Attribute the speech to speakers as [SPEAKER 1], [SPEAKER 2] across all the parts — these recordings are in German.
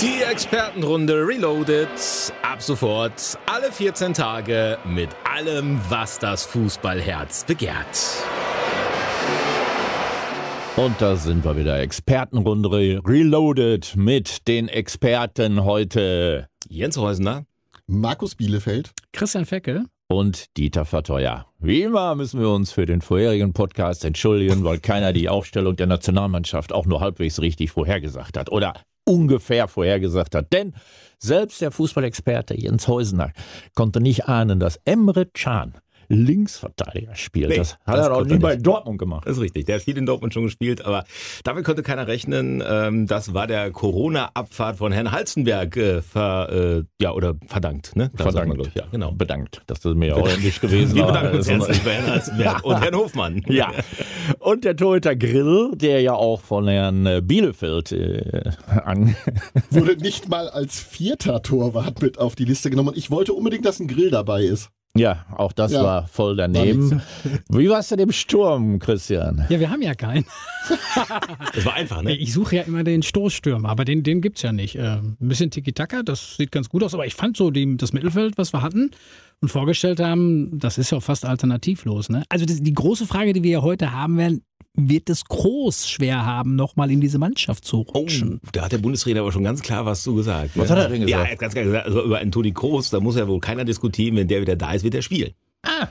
[SPEAKER 1] Die Expertenrunde Reloaded. Ab sofort alle 14 Tage mit allem, was das Fußballherz begehrt.
[SPEAKER 2] Und da sind wir wieder. Expertenrunde re- Reloaded mit den Experten heute.
[SPEAKER 1] Jens Häusner.
[SPEAKER 3] Markus Bielefeld.
[SPEAKER 4] Christian Fecke.
[SPEAKER 2] Und Dieter Verteuer. Wie immer müssen wir uns für den vorherigen Podcast entschuldigen, weil keiner die Aufstellung der Nationalmannschaft auch nur halbwegs richtig vorhergesagt hat oder ungefähr vorhergesagt hat. Denn selbst der Fußballexperte Jens Häusner konnte nicht ahnen, dass Emre Can Linksverteidiger spielt.
[SPEAKER 1] Nee,
[SPEAKER 2] das hat
[SPEAKER 1] das
[SPEAKER 2] er auch
[SPEAKER 1] konnte
[SPEAKER 2] nie
[SPEAKER 1] er
[SPEAKER 2] bei
[SPEAKER 1] nicht.
[SPEAKER 2] Dortmund gemacht.
[SPEAKER 1] Das ist richtig. Der hat viel in Dortmund schon gespielt, aber damit konnte keiner rechnen. Ähm, Das war der Corona-Abfahrt von Herrn Halstenberg äh, ver, äh, ja, oder verdankt. Ne? Da sagt man, glaub ich, ja, genau.
[SPEAKER 2] Bedankt, dass das mir ja ordentlich gewesen
[SPEAKER 1] Wir
[SPEAKER 2] war.
[SPEAKER 1] bedanken uns
[SPEAKER 2] Also,
[SPEAKER 1] herzlich bei Herrn Halstenberg und Herrn Hofmann.
[SPEAKER 2] Ja. Und der Torhüter Grill, der ja auch von Herrn äh, Bielefeld äh, an.
[SPEAKER 3] Wurde nicht mal als vierter Torwart mit auf die Liste genommen. Und ich wollte unbedingt, dass ein Grill dabei ist.
[SPEAKER 2] Ja, auch das
[SPEAKER 3] Ja.
[SPEAKER 2] war voll daneben. Wie war's denn im Sturm, Christian?
[SPEAKER 4] Ja, wir haben ja keinen.
[SPEAKER 1] Das war einfach, ne?
[SPEAKER 4] Ich suche ja immer den Stoßstürmer, aber den, den gibt's ja nicht. Ähm, ein bisschen Tiki-Taka, das sieht ganz gut aus, aber ich fand so die, das Mittelfeld, was wir hatten und vorgestellt haben, das ist ja auch fast alternativlos. Ne? Also das, die große Frage, die wir ja heute haben werden, wird es groß schwer haben, nochmal in diese Mannschaft zu
[SPEAKER 1] Oh,
[SPEAKER 4] rutschen?
[SPEAKER 1] da hat der Bundesredner aber schon ganz klar was zu gesagt.
[SPEAKER 2] Was
[SPEAKER 1] ne?
[SPEAKER 2] hat er denn
[SPEAKER 1] Ja,
[SPEAKER 2] gesagt?
[SPEAKER 1] er hat ganz klar gesagt, also über einen Toni Kroos, da muss ja wohl keiner diskutieren, wenn der wieder da ist, wird er spielen.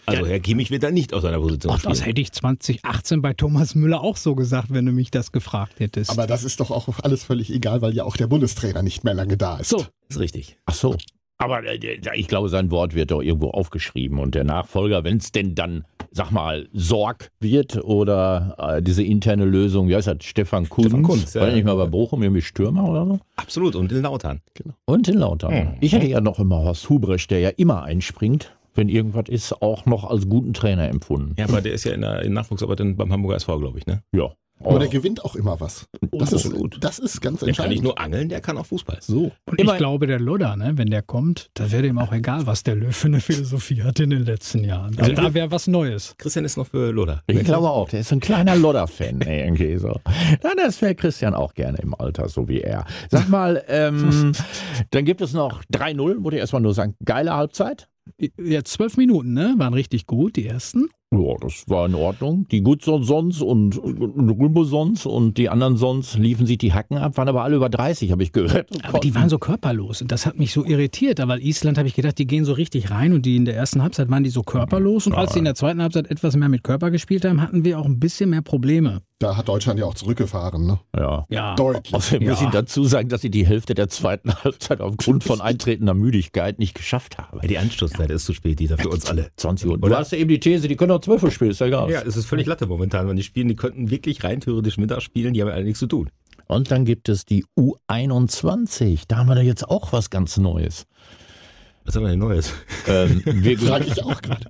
[SPEAKER 1] also Herr Kimmich wird dann nicht aus seiner Position
[SPEAKER 4] Ach, das
[SPEAKER 1] spielen.
[SPEAKER 4] hätte ich 2018 bei Thomas Müller auch so gesagt, wenn du mich das gefragt hättest.
[SPEAKER 3] Aber das ist doch auch alles völlig egal, weil ja auch der Bundestrainer nicht mehr lange da ist.
[SPEAKER 4] So.
[SPEAKER 1] Das ist richtig.
[SPEAKER 2] Ach so. Aber äh, der- ich glaube, sein Wort wird doch irgendwo aufgeschrieben und der Nachfolger, wenn es denn dann, sag mal, Sorg wird oder äh, diese interne Lösung, wie heißt das, Stefan Kunz?
[SPEAKER 1] Stefan Kunz, ja.
[SPEAKER 2] War der nicht mal bei Bochum irgendwie Stürmer oder so?
[SPEAKER 1] Absolut. Und in Lautern.
[SPEAKER 4] Genau.
[SPEAKER 2] Und in Lautern.
[SPEAKER 1] Hm.
[SPEAKER 2] Ich hätte ja noch immer Horst Hubrecht, der ja immer einspringt, wenn irgendwas ist, auch noch als guten Trainer empfunden.
[SPEAKER 1] Ja, aber der ist ja in der in Nachwuchsarbeit in- beim Hamburger SV, glaube ich, ne?
[SPEAKER 2] Ja.
[SPEAKER 4] Oh.
[SPEAKER 3] Aber
[SPEAKER 2] Auch.
[SPEAKER 3] der gewinnt auch immer was.
[SPEAKER 1] Oh,
[SPEAKER 3] Das ist, das ist ganz
[SPEAKER 1] Der kann nicht
[SPEAKER 3] entscheidend.
[SPEAKER 1] nur angeln, der kann auch Fußball.
[SPEAKER 2] So.
[SPEAKER 4] Und
[SPEAKER 2] Immer-
[SPEAKER 4] ich glaube, der Lodder, ne, wenn der kommt, da wäre ihm auch egal, was der Löw für eine Philosophie hat in den letzten Jahren. Also da wäre was Neues.
[SPEAKER 1] Christian ist noch für Lola.
[SPEAKER 2] Ich glaube auch, der ist so ein kleiner Lodder-Fan irgendwie so. Na, das wäre Christian auch gerne im Alter, so wie er. Sag mal, ähm, dann gibt es noch 3-0, würde ich erstmal nur sagen, geile Halbzeit.
[SPEAKER 4] Ja, zwölf Minuten, ne? Waren richtig gut, die ersten.
[SPEAKER 2] Ja, das war in Ordnung. Die Gutzon sonst und Rübo sonst und die anderen sonst liefen sich die Hacken ab, waren aber alle über 30, habe ich gehört. Oh
[SPEAKER 4] Aber die waren so körperlos. Und das hat mich so irritiert. Aber Island habe ich gedacht, die gehen so richtig rein. Und die in der ersten Halbzeit waren die so körperlos. Und als die in der zweiten Halbzeit etwas mehr mit Körper gespielt haben, hatten wir auch ein bisschen mehr Probleme.
[SPEAKER 3] Da hat Deutschland ja auch zurückgefahren. Ne?
[SPEAKER 2] Ja.
[SPEAKER 4] Ja.
[SPEAKER 3] Deutlich.
[SPEAKER 2] Außerdem muss
[SPEAKER 4] Ja.
[SPEAKER 2] ich dazu sagen, dass ich die Hälfte der zweiten Halbzeit aufgrund von eintretender Müdigkeit nicht geschafft habe.
[SPEAKER 1] Die Anstoßzeit ist zu spät, Dieter, für uns alle.
[SPEAKER 2] 20 Uhr. Du
[SPEAKER 1] Oder?
[SPEAKER 2] hast ja eben die These, die können auch 12 Uhr spielen, ist ja egal.
[SPEAKER 1] Ja, es ist völlig Latte momentan, wenn die spielen, die könnten wirklich rein theoretisch Mittag spielen, die haben ja alle nichts zu tun.
[SPEAKER 2] Und dann gibt es die U21. Da haben wir da jetzt auch was ganz Neues.
[SPEAKER 1] Was haben wir denn Neues?
[SPEAKER 2] Ähm, wir
[SPEAKER 3] Sag ich auch gerade.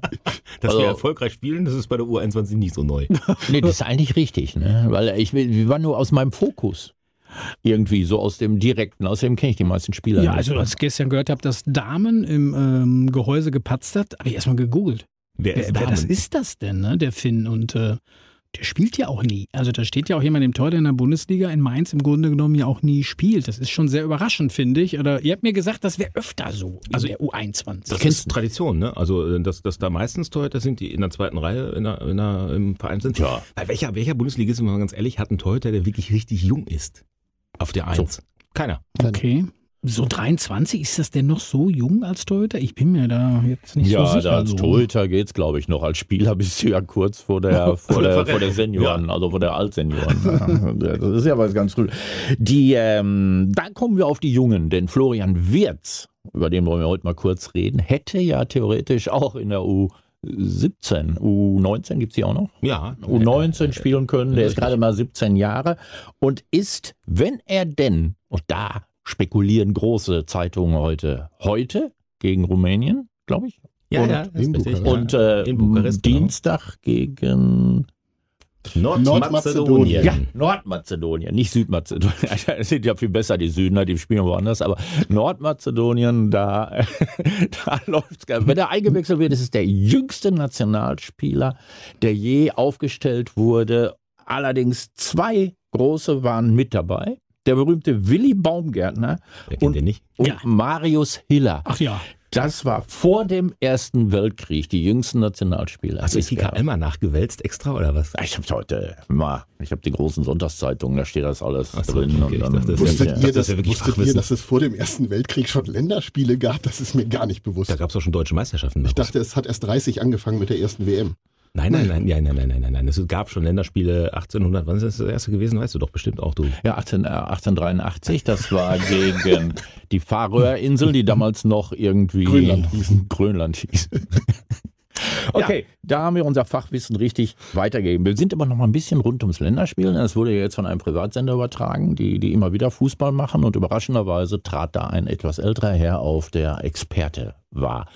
[SPEAKER 1] Dass
[SPEAKER 2] Also-
[SPEAKER 1] wir erfolgreich spielen, das ist bei der U21 nicht so neu.
[SPEAKER 2] nee, das ist eigentlich richtig, ne? Weil ich will- wir waren nur aus meinem Fokus. Irgendwie so aus dem direkten, außerdem kenne ich die meisten Spieler.
[SPEAKER 4] Ja,
[SPEAKER 2] nicht.
[SPEAKER 4] also als ich gestern gehört habe, dass Damen im ähm, Gehäuse gepatzt hat, habe ich erstmal gegoogelt.
[SPEAKER 1] Wer
[SPEAKER 4] Wer,
[SPEAKER 1] ist
[SPEAKER 4] Äh, wer das
[SPEAKER 1] Damen?
[SPEAKER 4] ist das denn, ne? der Finn? Und äh, der spielt ja auch nie. Also da steht ja auch jemand im Tor, der in der Bundesliga in Mainz im Grunde genommen ja auch nie spielt. Das ist schon sehr überraschend, finde ich. Oder ihr habt mir gesagt, das wäre öfter so in
[SPEAKER 1] Also-
[SPEAKER 4] der U21.
[SPEAKER 1] Das ist Tradition, ne? Also, äh, dass, dass da meistens Torhüter sind, die in der zweiten Reihe in der, in der, im Verein sind. Ja. Weil welcher, welcher Bundesligist, wenn man ganz ehrlich, hat einen Torhüter, der wirklich richtig jung ist? Auf der Eins. Keiner.
[SPEAKER 4] okay. So 23, ist das denn noch so jung als Torhüter? Ich bin mir da jetzt nicht
[SPEAKER 2] ja,
[SPEAKER 4] so sicher.
[SPEAKER 2] da als
[SPEAKER 4] so.
[SPEAKER 2] Torhüter geht's, glaube ich, noch. Als Spieler bist du ja kurz vor der, vor der, vor der Senioren, also vor der Altsenioren. Ja, das ist ja was ganz cool. Die, ähm, dann kommen wir auf die Jungen, denn Florian Wirz, über den wollen wir heute mal kurz reden, hätte ja theoretisch auch in der U17, U19 gibt's die auch noch?
[SPEAKER 1] Ja.
[SPEAKER 2] U19 spielen können. Der ist gerade mal 17 Jahre und ist, wenn er denn, und da spekulieren große Zeitungen heute, heute gegen Rumänien, glaube ich,
[SPEAKER 1] Ja,
[SPEAKER 2] Und-
[SPEAKER 1] ja, das ist
[SPEAKER 3] in
[SPEAKER 1] richtig.
[SPEAKER 3] Bukarest.
[SPEAKER 2] und äh,
[SPEAKER 1] in Bukarest, genau.
[SPEAKER 2] Dienstag gegen
[SPEAKER 1] Nordmazedonien.
[SPEAKER 3] Nordmazedonien.
[SPEAKER 2] ja, Nordmazedonien, nicht Südmazedonien. Das sind ja viel besser, die Südner, die spielen woanders, aber Nordmazedonien, da, da läuft es. Wenn er eingewechselt wird, ist es der jüngste Nationalspieler, der je aufgestellt wurde. Allerdings zwei große waren mit dabei. der berühmte Willy Baumgärtner
[SPEAKER 1] Wer kennt
[SPEAKER 2] und,
[SPEAKER 1] den nicht?
[SPEAKER 2] und
[SPEAKER 4] Ja.
[SPEAKER 2] Marius Hiller.
[SPEAKER 4] Ach ja.
[SPEAKER 2] Das war vor dem Ersten Weltkrieg, die jüngsten Nationalspieler.
[SPEAKER 1] Hast du
[SPEAKER 2] die es
[SPEAKER 1] jetzt die
[SPEAKER 2] gab.
[SPEAKER 1] KM mal nachgewälzt extra oder was?
[SPEAKER 2] Ah, Ich habe heute mal, ich habe die großen Sonntagszeitungen, da steht das alles
[SPEAKER 1] Ach so,
[SPEAKER 2] drin.
[SPEAKER 1] okay, ich
[SPEAKER 2] und dann,
[SPEAKER 1] dachte, das wäre-
[SPEAKER 2] ja,
[SPEAKER 3] Wusstet, ihr,
[SPEAKER 1] das
[SPEAKER 3] dass,
[SPEAKER 1] ist ja wirklich
[SPEAKER 3] wusstet ihr,
[SPEAKER 1] Fachwissen.
[SPEAKER 3] dass es vor dem Ersten Weltkrieg schon Länderspiele gab? Das ist mir gar nicht bewusst.
[SPEAKER 1] Da gab es doch schon deutsche Meisterschaften.
[SPEAKER 3] Ich dachte, es hat erst 30 angefangen mit der ersten WM.
[SPEAKER 1] nein, nein, nein, nein, nein, nein, nein, nein, nein. Es gab schon Länderspiele 1800. Wann ist das, das erste gewesen? Weißt du doch bestimmt auch, du.
[SPEAKER 2] ja 18, äh, 1883, das war gegen die Färöerinsel, die damals noch irgendwie
[SPEAKER 3] Grönland hießen.
[SPEAKER 2] Grönland hieß. Okay, da haben wir unser Fachwissen richtig weitergegeben. Wir sind aber noch mal ein bisschen rund ums Länderspiel. Das wurde ja jetzt von einem Privatsender übertragen, die, die immer wieder Fußball machen. Und überraschenderweise trat da ein etwas älterer Herr auf, der Experte war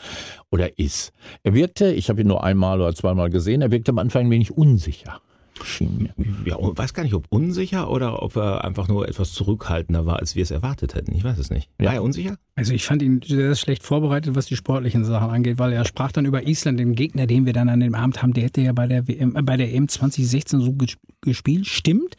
[SPEAKER 2] oder ist. Er wirkte, ich habe ihn nur einmal oder zweimal gesehen, er wirkte am Anfang ein wenig unsicher. Schien mir.
[SPEAKER 1] Ja, und weiß gar nicht, ob unsicher oder ob er einfach nur etwas zurückhaltender war, als wir es erwartet hätten. Ich weiß es nicht. War er unsicher?
[SPEAKER 4] Also ich fand ihn sehr schlecht vorbereitet, was die sportlichen Sachen angeht, weil er sprach dann über Island, den Gegner, den wir dann an dem Abend haben, der hätte ja bei der WM, äh, bei der EM 2016 so ges- gespielt, stimmt.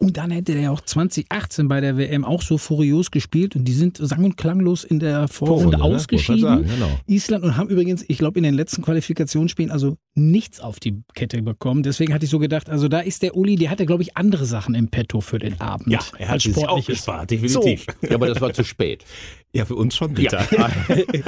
[SPEAKER 4] Und dann hätte er auch 2018 bei der WM auch so furios gespielt und die sind sang- und klanglos in der Vorrunde,
[SPEAKER 1] Vorrunde, ne?
[SPEAKER 4] ausgeschieden.
[SPEAKER 1] Wollte ich grad sagen, genau.
[SPEAKER 4] Island und haben übrigens, ich glaube, in den letzten Qualifikationsspielen also nichts auf die Kette bekommen. Deswegen hatte ich so gedacht, also da ist der Uli, der hatte, glaube ich, andere Sachen im Petto für den Abend. als
[SPEAKER 1] sich auch
[SPEAKER 4] sportliches.
[SPEAKER 1] gespart,
[SPEAKER 2] So,
[SPEAKER 1] definitiv.
[SPEAKER 2] ja, aber das war zu spät.
[SPEAKER 1] Ja, für uns schon bitter. ich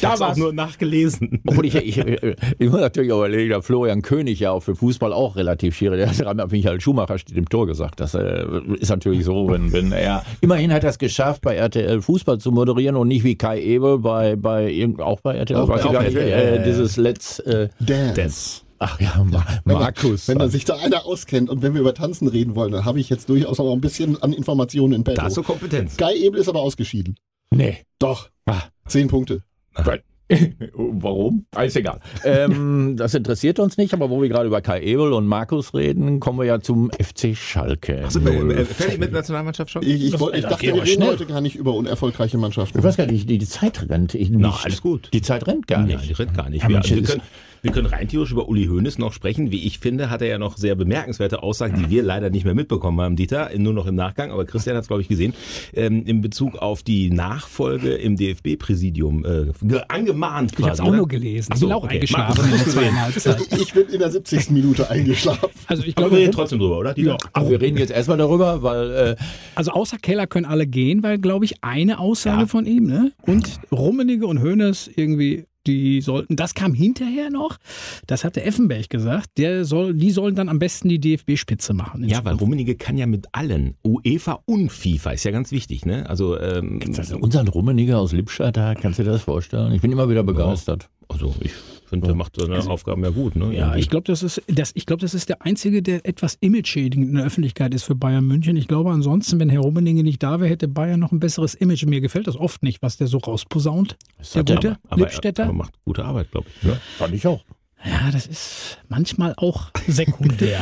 [SPEAKER 2] Da
[SPEAKER 1] hab's auch
[SPEAKER 2] war's.
[SPEAKER 1] nur nachgelesen.
[SPEAKER 2] Obwohl ich, ich, ich muss natürlich auch überlegen, der Florian König ja auch für Fußball auch relativ schiere. Der hat dreimal Michael Schumacher steht im Tor gesagt. Das äh, ist natürlich so, wenn, wenn er. Immerhin hat er es geschafft, bei RTL Fußball zu moderieren und nicht wie Kai Ebel bei, bei irgend- auch bei RTL.
[SPEAKER 3] Auch bei
[SPEAKER 2] weiß ich gar nicht,
[SPEAKER 1] RTL,
[SPEAKER 2] äh,
[SPEAKER 1] ja, ja.
[SPEAKER 2] dieses Let's. Äh,
[SPEAKER 3] Damn.
[SPEAKER 1] Das.
[SPEAKER 2] ach ja, Ma
[SPEAKER 3] Wenn man-
[SPEAKER 2] Markus.
[SPEAKER 3] Wenn da sich da einer auskennt und wenn wir über Tanzen reden wollen, dann habe ich jetzt durchaus noch ein bisschen an Informationen in
[SPEAKER 1] Da hast du
[SPEAKER 3] petto.
[SPEAKER 1] Kompetenz.
[SPEAKER 3] Guy Ebel ist aber ausgeschieden.
[SPEAKER 2] nee.
[SPEAKER 3] Doch.
[SPEAKER 2] Ah.
[SPEAKER 3] Zehn Punkte.
[SPEAKER 2] Warum? Ah, Ist egal. Ähm, das interessiert uns nicht, aber wo wir gerade über Kai Ebel und Markus reden, kommen wir ja zum FC Schalke.
[SPEAKER 1] Sind wir, äh,
[SPEAKER 2] 05.
[SPEAKER 1] fertig mit Nationalmannschaft schon?
[SPEAKER 3] Ich, ich, wollte- ich
[SPEAKER 2] das
[SPEAKER 3] dachte,
[SPEAKER 2] geht
[SPEAKER 3] wir
[SPEAKER 2] aber
[SPEAKER 3] reden
[SPEAKER 2] schnell.
[SPEAKER 3] heute gar nicht über unerfolgreiche Mannschaften.
[SPEAKER 2] Ich weiß gar nicht, die, die Zeit rennt. Ich
[SPEAKER 1] Na,
[SPEAKER 2] nicht.
[SPEAKER 1] alles gut.
[SPEAKER 2] Die Zeit rennt
[SPEAKER 4] Ah,
[SPEAKER 2] gar
[SPEAKER 1] Nein,
[SPEAKER 2] nicht.
[SPEAKER 1] die rennt gar nicht.
[SPEAKER 2] Ja,
[SPEAKER 1] Wir,
[SPEAKER 2] Mensch,
[SPEAKER 1] wir,
[SPEAKER 2] das
[SPEAKER 1] können, wir können rein theoretisch über Uli Hoeneß noch sprechen. Wie ich finde, hat er ja noch sehr bemerkenswerte Aussagen, die wir leider nicht mehr mitbekommen haben, Dieter, nur noch im Nachgang, aber Christian hat es, glaube ich, gesehen, ähm, in Bezug auf die Nachfolge im DFB-Präsidium äh, ge- angemahnt.
[SPEAKER 4] Ich habe es auch nur gelesen.
[SPEAKER 1] ne? Ach
[SPEAKER 4] Ich
[SPEAKER 1] so,
[SPEAKER 4] bin auch
[SPEAKER 1] okay. Markus,
[SPEAKER 4] eingeschlafen in der
[SPEAKER 1] hast du gesehen?
[SPEAKER 4] zweiten Halbzeit.
[SPEAKER 3] Ich bin in der 70. Minute eingeschlafen.
[SPEAKER 4] Also ich
[SPEAKER 1] Aber wir
[SPEAKER 4] glaube,
[SPEAKER 1] reden trotzdem drüber, oder? Dieter?
[SPEAKER 2] Aber Also, wir reden jetzt erstmal darüber, weil äh,
[SPEAKER 4] also außer Keller können alle gehen, weil glaube ich eine Aussage
[SPEAKER 2] Ja.
[SPEAKER 4] von ihm, ne? Und Rummenigge und Hoeneß irgendwie die sollten, das kam hinterher noch, das hat der Effenberg gesagt, der soll, die sollen dann am besten die DFB-Spitze machen.
[SPEAKER 1] Ja, weil Rummenigge kann ja mit allen, UEFA und FIFA, ist ja ganz wichtig, ne? Also, ähm,
[SPEAKER 2] also unseren Rummeniger aus Lipscher, da kannst du dir das vorstellen. Ich bin immer wieder begeistert.
[SPEAKER 1] also ich finde, der macht seine Aufgaben ja gut, ne?
[SPEAKER 4] Also Ja,
[SPEAKER 1] Irgendwie.
[SPEAKER 4] ich glaube, das ist, das, ich glaube, das ist der einzige, der etwas image-schädigend in der Öffentlichkeit ist für Bayern München. Ich glaube, ansonsten, wenn Herr Rummenigge nicht da wäre, hätte Bayern noch ein besseres Image. Mir gefällt das oft nicht, was der so rausposaunt.
[SPEAKER 2] Das
[SPEAKER 4] Der
[SPEAKER 2] hat er
[SPEAKER 4] gute
[SPEAKER 1] aber,
[SPEAKER 4] Lippstädter.
[SPEAKER 1] aber macht gute Arbeit, glaube ich. ne? Ja.
[SPEAKER 2] Fand ich auch.
[SPEAKER 4] Ja, das ist manchmal auch sekundär.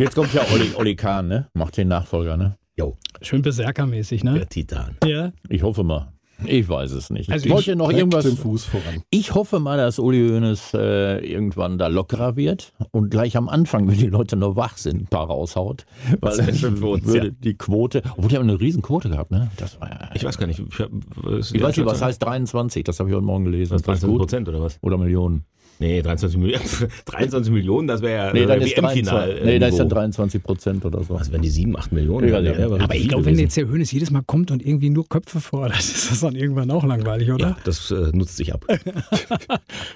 [SPEAKER 2] Jetzt kommt ja Olli, Olli Kahn, ne? Macht den Nachfolger, ne?
[SPEAKER 1] Jo,
[SPEAKER 4] Schön berserkermäßig, ne?
[SPEAKER 1] der Titan.
[SPEAKER 4] Ja.
[SPEAKER 2] Ich hoffe mal. Ich weiß es nicht.
[SPEAKER 4] Also
[SPEAKER 2] ich wollte
[SPEAKER 4] ich
[SPEAKER 2] noch
[SPEAKER 3] Direkt
[SPEAKER 2] irgendwas.
[SPEAKER 3] den Fuß voran.
[SPEAKER 2] Ich hoffe mal, dass Uli Hoeneß äh, irgendwann da lockerer wird und gleich am Anfang, wenn die Leute noch wach sind, ein paar raushaut. Weil
[SPEAKER 1] Das wär
[SPEAKER 2] dann
[SPEAKER 1] schön für uns,
[SPEAKER 2] würde
[SPEAKER 1] ja.
[SPEAKER 2] die Quote, obwohl die haben eine riesen Quote gehabt, ne? Das war ja,
[SPEAKER 1] Ich weiß gar nicht. Ich, hab,
[SPEAKER 2] ich weiß nicht, was heißt 23, das habe ich heute Morgen gelesen.
[SPEAKER 1] Das
[SPEAKER 2] Ist das
[SPEAKER 1] 23
[SPEAKER 2] gut?
[SPEAKER 1] Prozent Äh, oder was?
[SPEAKER 2] Oder Millionen?
[SPEAKER 1] Nee, 23 Millionen. 23 Millionen, das wäre ja
[SPEAKER 2] Nee, dann ist 23,
[SPEAKER 1] WM-Final. äh,
[SPEAKER 2] nee, da ist dann 23 Prozent oder so.
[SPEAKER 1] Also wenn die 7, 8 Millionen.
[SPEAKER 2] Ja,
[SPEAKER 1] wären,
[SPEAKER 2] ja.
[SPEAKER 1] wäre was
[SPEAKER 4] Aber ich
[SPEAKER 1] viel
[SPEAKER 4] glaube, wenn
[SPEAKER 1] gewesen.
[SPEAKER 4] jetzt der Hönes jedes Mal kommt und irgendwie nur Köpfe fordert, ist das dann irgendwann auch langweilig, oder?
[SPEAKER 1] Ja, das äh, nutzt sich ab.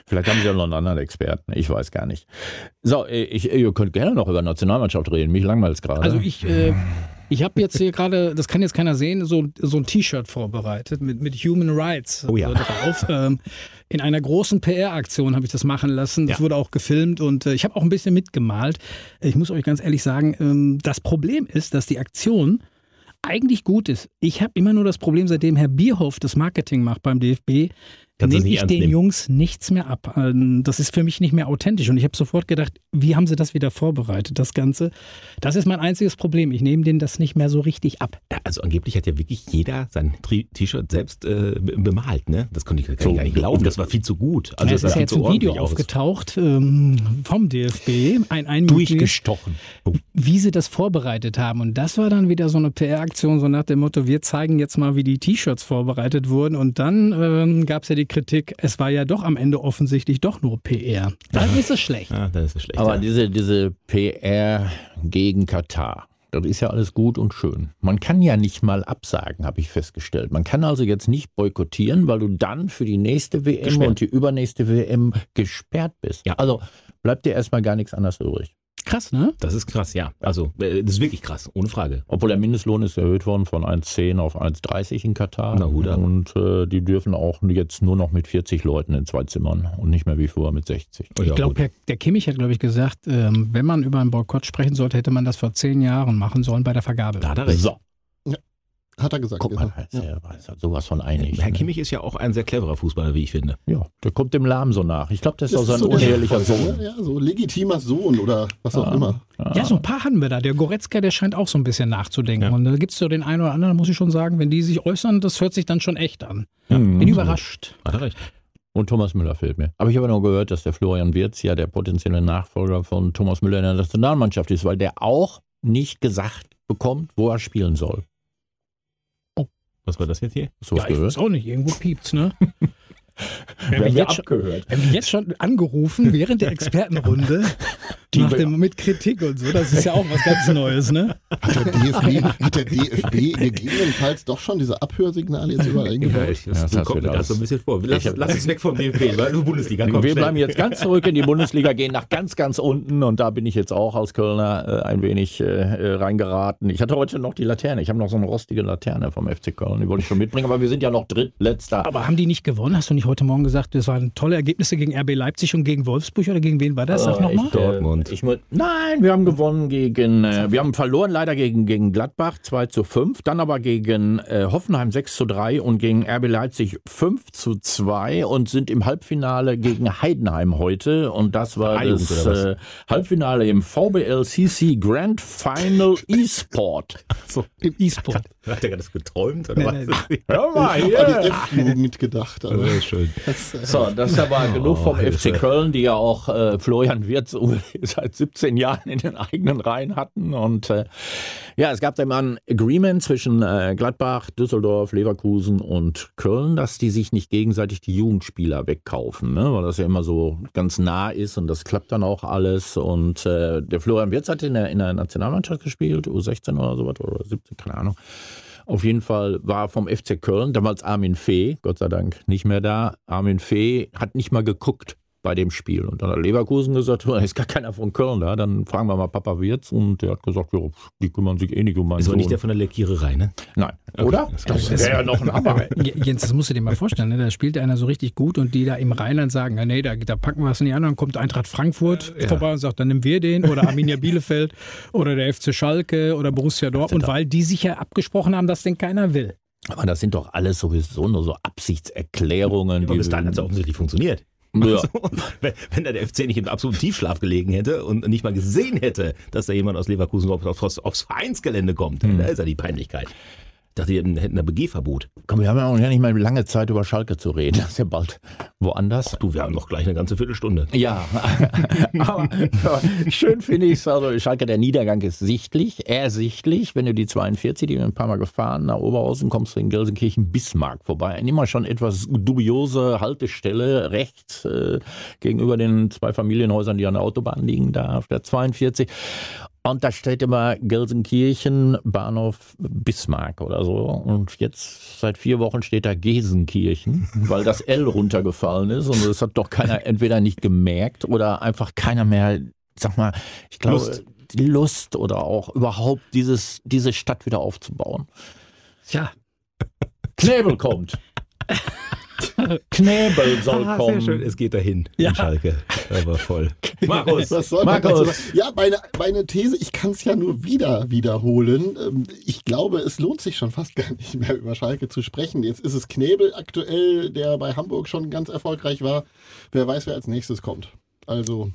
[SPEAKER 2] Vielleicht haben sie ja noch einen anderen Experten, ich weiß gar nicht. So, äh, ich, ihr könnt gerne noch über Nationalmannschaft reden, mich langweilt es gerade.
[SPEAKER 4] Also ich, äh, ich habe jetzt hier gerade, das kann jetzt keiner sehen, so, so ein T-Shirt vorbereitet mit, mit Human Rights
[SPEAKER 1] Oh ja.
[SPEAKER 4] äh, drauf. Ähm, in einer großen PR-Aktion habe ich das machen lassen. Das
[SPEAKER 1] Ja.
[SPEAKER 4] wurde auch gefilmt und äh, ich habe auch ein bisschen mitgemalt. Ich muss euch ganz ehrlich sagen, ähm, das Problem ist, dass die Aktion eigentlich gut ist. Ich habe immer nur das Problem, seitdem Herr Bierhoff das Marketing macht beim DFB,
[SPEAKER 1] Kannst das
[SPEAKER 4] nehme
[SPEAKER 1] nicht
[SPEAKER 4] ich
[SPEAKER 1] ernst
[SPEAKER 4] den
[SPEAKER 1] nehmen.
[SPEAKER 4] Jungs nichts mehr ab. Ähm, Das ist für mich nicht mehr authentisch. Und ich habe sofort gedacht, wie haben sie das wieder vorbereitet, das Ganze? Das ist mein einziges Problem. Ich nehme denen das nicht mehr so richtig ab.
[SPEAKER 1] Ja, Also angeblich hat ja wirklich jeder sein Tri- T-Shirt selbst äh, be- bemalt, ne? Das konnte ich gar, gar nicht glauben. Das war viel zu gut. Also
[SPEAKER 4] Also es
[SPEAKER 1] das sah
[SPEAKER 4] ist ja
[SPEAKER 1] viel
[SPEAKER 4] jetzt
[SPEAKER 1] zu
[SPEAKER 4] ein Video
[SPEAKER 1] ordentlich aus.
[SPEAKER 4] aufgetaucht ähm, vom DFB, ein, ein Mitglied,
[SPEAKER 2] Durchgestochen.
[SPEAKER 4] wie sie das vorbereitet haben. Und das war dann wieder so eine PR-Aktion, so nach dem Motto, wir zeigen jetzt mal, wie die T-Shirts vorbereitet wurden. Und dann ähm, gab es ja die Kritik, es war ja doch am Ende offensichtlich doch nur PR. Dann ist es schlecht.
[SPEAKER 1] Ah, dann ist es schlecht.
[SPEAKER 2] Aber
[SPEAKER 1] ja.
[SPEAKER 2] diese, diese PR gegen Katar, das ist ja alles gut und schön. Man kann ja nicht mal absagen, habe ich festgestellt. Man kann also jetzt nicht boykottieren, weil du dann für die nächste WM
[SPEAKER 1] Gesperrt.
[SPEAKER 2] und die übernächste WM gesperrt bist.
[SPEAKER 1] Ja.
[SPEAKER 2] Also bleibt dir erstmal gar nichts anderes übrig.
[SPEAKER 4] Krass, ne?
[SPEAKER 1] Das ist krass, ja. Also, äh, das ist wirklich krass, ohne Frage.
[SPEAKER 2] Obwohl der Mindestlohn ist erhöht worden von 1,10 auf 1,30 in Katar.
[SPEAKER 1] Na gut, aber-
[SPEAKER 2] und äh, die dürfen auch jetzt nur noch mit 40 Leuten in zwei Zimmern und nicht mehr wie vorher mit 60.
[SPEAKER 1] Oh,
[SPEAKER 4] Ich
[SPEAKER 1] ja, gut.
[SPEAKER 4] glaube, der Kimmich hat, glaube ich, gesagt, ähm, wenn man über einen Boykott sprechen sollte, hätte man das vor zehn Jahren machen sollen bei der Vergabe.
[SPEAKER 1] da hat er recht.
[SPEAKER 2] So,
[SPEAKER 3] Hat er gesagt.
[SPEAKER 2] guck mal,
[SPEAKER 3] genau.
[SPEAKER 2] da ist
[SPEAKER 3] ja.
[SPEAKER 2] er ist er sowas von einig.
[SPEAKER 1] Herr
[SPEAKER 2] ne?
[SPEAKER 1] Kimmich ist ja auch ein sehr cleverer Fußballer, wie ich finde.
[SPEAKER 2] Ja, der kommt dem Lahm so nach. Ich glaube, das ist
[SPEAKER 3] Das
[SPEAKER 2] auch sein
[SPEAKER 3] so der
[SPEAKER 2] unehelicher
[SPEAKER 3] Nachfolger,
[SPEAKER 2] Sohn.
[SPEAKER 3] ne? Ja, so legitimer Sohn oder was auch
[SPEAKER 2] Ah.
[SPEAKER 3] immer.
[SPEAKER 4] Ja, so ein paar hatten wir da. Der Goretzka, der scheint auch so ein bisschen nachzudenken. Und da gibt es so den einen oder anderen, muss ich schon sagen, wenn die sich äußern, das hört sich dann schon echt an.
[SPEAKER 2] Mhm.
[SPEAKER 4] Bin überrascht.
[SPEAKER 1] Hat er recht.
[SPEAKER 2] Und Thomas Müller fehlt mir. Aber ich habe noch gehört, dass der Florian Wirz ja der potenzielle Nachfolger von Thomas Müller in der Nationalmannschaft ist, weil der auch nicht gesagt bekommt, wo er spielen soll.
[SPEAKER 1] Was war das jetzt hier?
[SPEAKER 2] So
[SPEAKER 4] Ja, ich weiß auch nicht. Irgendwo piept's, ne? wenn, wir jetzt schon,
[SPEAKER 2] abgehört.
[SPEAKER 4] wenn wir jetzt schon angerufen während der Expertenrunde nach dem, mit Kritik und so, das ist ja auch was ganz Neues, ne?
[SPEAKER 3] Hat der DFB, hat der DFB gegebenenfalls doch schon diese Abhörsignale jetzt überall eingebaut?
[SPEAKER 1] ich,
[SPEAKER 2] das
[SPEAKER 1] du
[SPEAKER 2] hast
[SPEAKER 1] kommt
[SPEAKER 2] du
[SPEAKER 1] mir
[SPEAKER 2] da
[SPEAKER 1] gerade so ein
[SPEAKER 2] aus.
[SPEAKER 1] bisschen vor. Lass,
[SPEAKER 2] Ich hab-
[SPEAKER 1] lass es weg vom DFB, weil du Bundesliga kommst.
[SPEAKER 2] Wir bleiben jetzt ganz zurück in die Bundesliga, gehen nach ganz, ganz unten und da bin ich jetzt auch als Kölner äh, ein wenig äh, äh, reingeraten. Ich hatte heute noch die Laterne. Ich habe noch so eine rostige Laterne vom FC Köln. Die wollte ich schon mitbringen, aber wir sind ja noch drittletzter.
[SPEAKER 4] Aber haben die nicht gewonnen? Hast du nicht heute Morgen gesagt, das waren tolle Ergebnisse gegen RB Leipzig und gegen Wolfsburg oder gegen wen war das? Sag
[SPEAKER 2] Äh,
[SPEAKER 4] nochmal.
[SPEAKER 2] ich, äh,
[SPEAKER 1] Dortmund.
[SPEAKER 2] Ich mu- Nein, wir haben gewonnen gegen, äh, wir haben verloren leider gegen, gegen Gladbach 2 zu 5, dann aber gegen äh, Hoffenheim 6 zu 3 und gegen RB Leipzig 5 zu 2 und sind im Halbfinale gegen Heidenheim heute. Und das war
[SPEAKER 1] Vereinigung
[SPEAKER 2] das
[SPEAKER 1] oder was?
[SPEAKER 2] äh, Halbfinale im VBL CC Grand Final E-Sport.
[SPEAKER 4] Im E-Sport.
[SPEAKER 1] Hat er gerade das geträumt? Oder
[SPEAKER 4] Nee,
[SPEAKER 1] was?
[SPEAKER 2] Hör mal
[SPEAKER 3] Ich hab an die F-Jugend gedacht. Aber
[SPEAKER 1] Das ist schön.
[SPEAKER 2] So, das ist aber genug vom
[SPEAKER 1] Hilfe.
[SPEAKER 2] FC Köln, die ja auch äh, Florian Wirtz seit 17 Jahren in den eigenen Reihen hatten. Und äh, ja, es gab dann mal ein Agreement zwischen äh, Gladbach, Düsseldorf, Leverkusen und Köln, dass die sich nicht gegenseitig die Jugendspieler wegkaufen, ne? weil das ja immer so ganz nah ist und das klappt dann auch alles. Und äh, der Florian Wirtz hat in der, in der Nationalmannschaft gespielt, U16 oder sowas, oder 17, keine Ahnung. Auf jeden Fall war vom FC Köln damals Armin Fee, Gott sei Dank nicht mehr da. Armin Fee hat nicht mal geguckt bei dem Spiel. Und dann hat Leverkusen gesagt, "Oh, da ist gar keiner von Köln da, dann fragen wir mal Papa Wirz. Und der hat gesagt, ja, pf, die kümmern sich eh nicht um meinen
[SPEAKER 1] Das war
[SPEAKER 2] Sohn.
[SPEAKER 1] nicht der von der Leckiererei, ne?
[SPEAKER 2] Nein, oder?
[SPEAKER 1] das
[SPEAKER 2] Das
[SPEAKER 1] ist-
[SPEAKER 2] wäre ja noch ein Hammer.
[SPEAKER 4] J- Jens, das musst du dir mal vorstellen. Ne? Da spielt einer so richtig gut und die da im Rheinland sagen, ja, nee, da, da packen wir es in die anderen, kommt Eintracht Frankfurt vorbei und sagt, dann nehmen wir den oder Arminia Bielefeld oder der FC Schalke oder Borussia Dortmund, weil die sich ja abgesprochen haben, dass den keiner will.
[SPEAKER 2] Aber das sind doch alles sowieso nur so Absichtserklärungen.
[SPEAKER 1] Aber bis dahin hat es offensichtlich funktioniert. Also,
[SPEAKER 2] ja.
[SPEAKER 1] Wenn, wenn da der FC nicht im absoluten Tiefschlaf gelegen hätte und nicht mal gesehen hätte, dass da jemand aus Leverkusen überhaupt aufs, aufs Vereinsgelände kommt,
[SPEAKER 2] Hm.
[SPEAKER 1] da ist ja die Peinlichkeit. Ich dachte, die hätten hätten da Begehverbot.
[SPEAKER 2] Komm, wir haben ja auch gar nicht mal lange Zeit über Schalke zu reden. Das ist ja bald woanders.
[SPEAKER 1] Du, wir haben noch gleich eine ganze Viertelstunde.
[SPEAKER 2] Ja, aber aber schön finde ich es. Also Schalke, der Niedergang ist sichtlich, ersichtlich. Wenn du die 42, die wir ein paar Mal gefahren, nach Oberhausen kommst du in Gelsenkirchen Bismarck vorbei. Eine immer schon etwas dubiose Haltestelle rechts äh, gegenüber den zwei Familienhäusern, die an der Autobahn liegen, da auf der 42. Und da steht immer Gelsenkirchen, Bahnhof Bismarck oder so. Und jetzt seit vier Wochen steht da Gelsenkirchen, weil das L runtergefallen ist. Und das hat doch keiner entweder nicht gemerkt oder einfach keiner mehr, sag mal, ich glaube,
[SPEAKER 1] Lust.
[SPEAKER 2] die Lust oder auch überhaupt dieses, diese Stadt wieder aufzubauen.
[SPEAKER 4] Tja,
[SPEAKER 2] Knebel kommt. Knäbel soll
[SPEAKER 1] Ah,
[SPEAKER 2] kommen.
[SPEAKER 1] sehr schön. Es geht dahin
[SPEAKER 4] Ja.
[SPEAKER 1] in Schalke. Aber voll. Markus,
[SPEAKER 3] Was soll man
[SPEAKER 2] Markus.
[SPEAKER 3] dazu sagen? Ja, meine, meine These, ich kann es ja nur wieder wiederholen. Ähm, Ich glaube, es lohnt sich schon fast gar nicht mehr über Schalke zu sprechen. Jetzt ist es Knebel aktuell, der bei Hamburg schon ganz erfolgreich war. Wer weiß, wer als nächstes kommt. Also,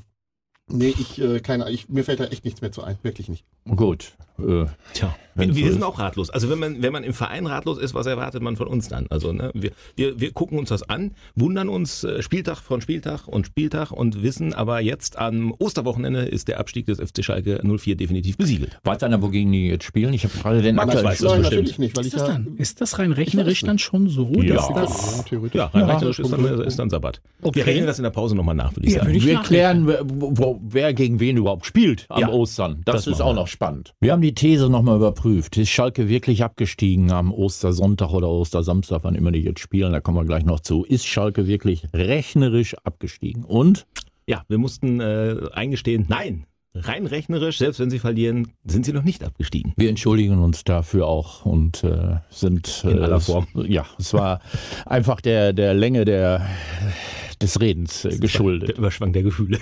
[SPEAKER 3] nee, ich, äh, keine Ahnung, ich, mir fällt da echt nichts mehr zu ein. Wirklich nicht.
[SPEAKER 2] Gut. Äh,
[SPEAKER 1] Tja, wir,
[SPEAKER 2] Wenn's so
[SPEAKER 1] wir sind
[SPEAKER 2] ist.
[SPEAKER 1] auch ratlos. Also wenn man, wenn man im Verein ratlos ist, was erwartet man von uns dann? Also ne, wir, wir, wir gucken uns das an, wundern uns äh, Spieltag von Spieltag und Spieltag und wissen aber jetzt am Osterwochenende ist der Abstieg des FC Schalke 04 definitiv besiegelt.
[SPEAKER 2] weiß einer, wogegen die jetzt spielen? Ich habe gerade den
[SPEAKER 1] Markus
[SPEAKER 2] aktuellen
[SPEAKER 1] weiß das
[SPEAKER 2] Stand.
[SPEAKER 1] bestimmt.
[SPEAKER 3] natürlich nicht, weil
[SPEAKER 4] ist
[SPEAKER 3] ich
[SPEAKER 4] das
[SPEAKER 3] ja.
[SPEAKER 4] dann? Ist das rein rechnerisch
[SPEAKER 3] nicht.
[SPEAKER 4] dann schon so,
[SPEAKER 2] Ja.
[SPEAKER 4] dass
[SPEAKER 3] Ja,
[SPEAKER 4] das.
[SPEAKER 3] theoretisch.
[SPEAKER 1] Ja, rein
[SPEAKER 3] Ja,
[SPEAKER 1] rechnerisch ist dann, ist dann Sabbat.
[SPEAKER 4] Okay.
[SPEAKER 1] Wir rechnen das in der Pause nochmal nach, würde ich
[SPEAKER 4] Ja,
[SPEAKER 1] sagen.
[SPEAKER 4] würde ich
[SPEAKER 2] Wir
[SPEAKER 4] nachdenken.
[SPEAKER 2] klären, wer- wo, wer gegen wen überhaupt spielt am
[SPEAKER 1] Ja,
[SPEAKER 2] Ostern. Das,
[SPEAKER 1] das
[SPEAKER 2] ist
[SPEAKER 1] machen
[SPEAKER 2] auch
[SPEAKER 1] wir.
[SPEAKER 2] noch spannend. Wir haben die These nochmal überprüft. Ist Schalke wirklich abgestiegen am Ostersonntag oder Ostersamstag, wann immer die jetzt spielen? Da kommen wir gleich noch zu. Ist Schalke wirklich rechnerisch abgestiegen? Und
[SPEAKER 1] Ja, wir mussten äh, eingestehen, nein, rein rechnerisch, selbst wenn sie verlieren, sind sie noch nicht abgestiegen.
[SPEAKER 2] wir entschuldigen uns dafür auch und äh, sind.
[SPEAKER 1] In
[SPEAKER 2] äh,
[SPEAKER 1] aller
[SPEAKER 2] es-
[SPEAKER 1] Form.
[SPEAKER 2] Ja, es war einfach der, der Länge der, des Redens äh,
[SPEAKER 1] Der
[SPEAKER 2] geschuldet.
[SPEAKER 1] Überschwang der Gefühle.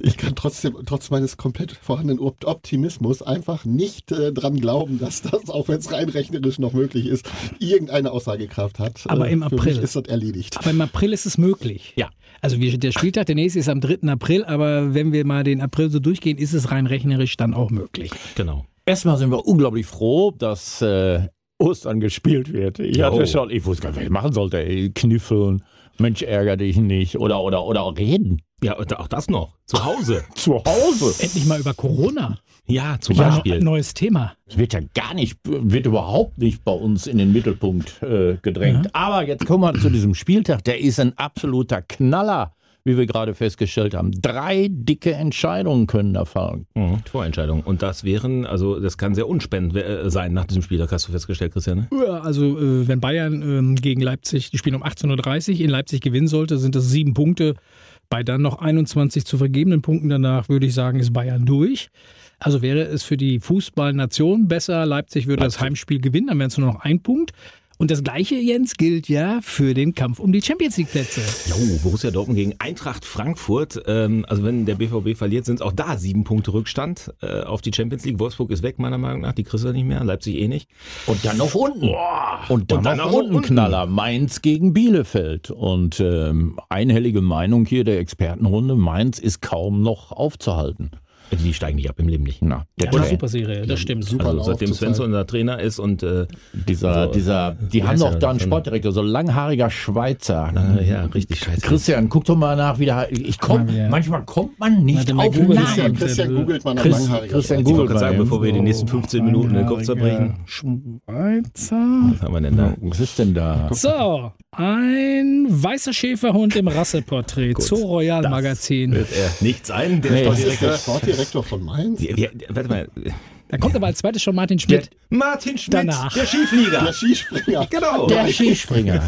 [SPEAKER 3] Ich kann trotzdem, trotz meines komplett vorhandenen Op- Optimismus, einfach nicht äh, dran glauben, dass das, auch wenn es rein rechnerisch noch möglich ist, irgendeine Aussagekraft hat. Äh,
[SPEAKER 4] Aber im
[SPEAKER 3] Für mich
[SPEAKER 4] April.
[SPEAKER 3] ist das erledigt.
[SPEAKER 4] Aber im April ist es möglich.
[SPEAKER 1] Ja.
[SPEAKER 4] Also wir, der Spieltag, der nächste ist am 3. April, aber wenn wir mal den April so durchgehen, ist es rein rechnerisch dann auch möglich.
[SPEAKER 1] genau.
[SPEAKER 2] Erstmal sind wir unglaublich froh, dass äh, Ostern gespielt wird. Ich
[SPEAKER 1] Jo.
[SPEAKER 2] hatte schon, ich wusste gar nicht, was ich machen sollte. Ey, Kniffeln, Mensch, ärger dich nicht. Oder, oder, oder auch reden.
[SPEAKER 1] Ja, und auch das noch. Zu Hause.
[SPEAKER 2] Zu Hause.
[SPEAKER 4] Endlich mal über Corona.
[SPEAKER 1] Ja, zum
[SPEAKER 4] Ja,
[SPEAKER 1] Beispiel.
[SPEAKER 4] ein neues Thema.
[SPEAKER 2] Es wird ja gar nicht, wird überhaupt nicht bei uns in den Mittelpunkt äh, gedrängt. Aber jetzt kommen wir zu diesem Spieltag. Der ist ein absoluter Knaller, wie wir gerade festgestellt haben. Drei dicke Entscheidungen können da fallen.
[SPEAKER 1] Mhm. Vorentscheidung. Und das wären, also das kann sehr unspannend äh, sein nach diesem Spieltag, hast du festgestellt, Christian. Ne?
[SPEAKER 4] Ja, also äh, wenn Bayern ähm, gegen Leipzig, die spielen um 18.30 Uhr, in Leipzig gewinnen sollte, sind das sieben Punkte. Bei dann noch 21 zu vergebenen Punkten danach würde ich sagen, ist Bayern durch. Also wäre es für die Fußballnation besser. Leipzig würde das Heimspiel gewinnen, dann wären es nur noch ein Punkt. Und das gleiche, Jens, gilt ja für den Kampf um die Champions League-Plätze.
[SPEAKER 1] Jo, oh, Borussia Dortmund gegen Eintracht Frankfurt. Ähm, also wenn der BVB verliert, sind es auch da sieben Punkte Rückstand äh, auf die Champions League. Wolfsburg ist weg, meiner Meinung nach. Die kriegst du nicht mehr, Leipzig eh nicht.
[SPEAKER 2] Und dann noch unten. und dann,
[SPEAKER 1] Und dann
[SPEAKER 2] noch,
[SPEAKER 1] nach
[SPEAKER 2] unten,
[SPEAKER 1] unten.
[SPEAKER 2] Knaller. Mainz gegen Bielefeld. Und ähm, einhellige Meinung hier der Expertenrunde, Mainz ist kaum noch aufzuhalten.
[SPEAKER 1] Die steigen nicht ab im Leben nicht.
[SPEAKER 2] Na, der
[SPEAKER 4] Oder
[SPEAKER 2] Tra-
[SPEAKER 4] Superserie, das stimmt.
[SPEAKER 3] Super
[SPEAKER 1] Also
[SPEAKER 3] Lauf
[SPEAKER 1] seitdem
[SPEAKER 3] zurzeit.
[SPEAKER 1] Svensson der Trainer ist und äh,
[SPEAKER 2] dieser,
[SPEAKER 1] Also,
[SPEAKER 2] dieser, die
[SPEAKER 1] wie
[SPEAKER 2] haben
[SPEAKER 1] heißt
[SPEAKER 2] doch
[SPEAKER 1] der
[SPEAKER 2] da einen
[SPEAKER 1] denn?
[SPEAKER 2] Sportdirektor, so langhaariger Schweizer.
[SPEAKER 1] äh, ja, richtig scheiße.
[SPEAKER 2] Christian, guck doch mal nach, wie der, ich komm,
[SPEAKER 4] Mal wieder.
[SPEAKER 2] manchmal kommt man nicht
[SPEAKER 4] Warte mal,
[SPEAKER 2] auf
[SPEAKER 4] google das
[SPEAKER 2] Namen.
[SPEAKER 3] Christian,
[SPEAKER 4] Nein.
[SPEAKER 3] Christian googelt man am
[SPEAKER 2] Chris-
[SPEAKER 3] langhaarigen
[SPEAKER 2] Christian
[SPEAKER 1] ich
[SPEAKER 2] Google
[SPEAKER 1] wollte gerade sagen,
[SPEAKER 2] mal
[SPEAKER 1] bevor wir die nächsten 15 Minuten den Kopf zerbrechen,
[SPEAKER 4] Schweizer.
[SPEAKER 1] was haben wir denn da?
[SPEAKER 2] Was ist denn da?
[SPEAKER 4] So, ein weißer Schäferhund im Rasseporträt. Zoo Royal Magazin.
[SPEAKER 1] Wird er nicht sein, der
[SPEAKER 2] Nee.
[SPEAKER 3] Das ist
[SPEAKER 1] Sportdirektor.
[SPEAKER 3] der Sportdirektor von Mainz.
[SPEAKER 1] Wir- wir- Warte mal.
[SPEAKER 4] Da kommt aber als zweites schon Martin Schmidt.
[SPEAKER 1] Martin Schmidt,
[SPEAKER 4] Danach.
[SPEAKER 1] der Skiflieger.
[SPEAKER 3] Der Skispringer.
[SPEAKER 1] Genau.
[SPEAKER 2] Der Skispringer.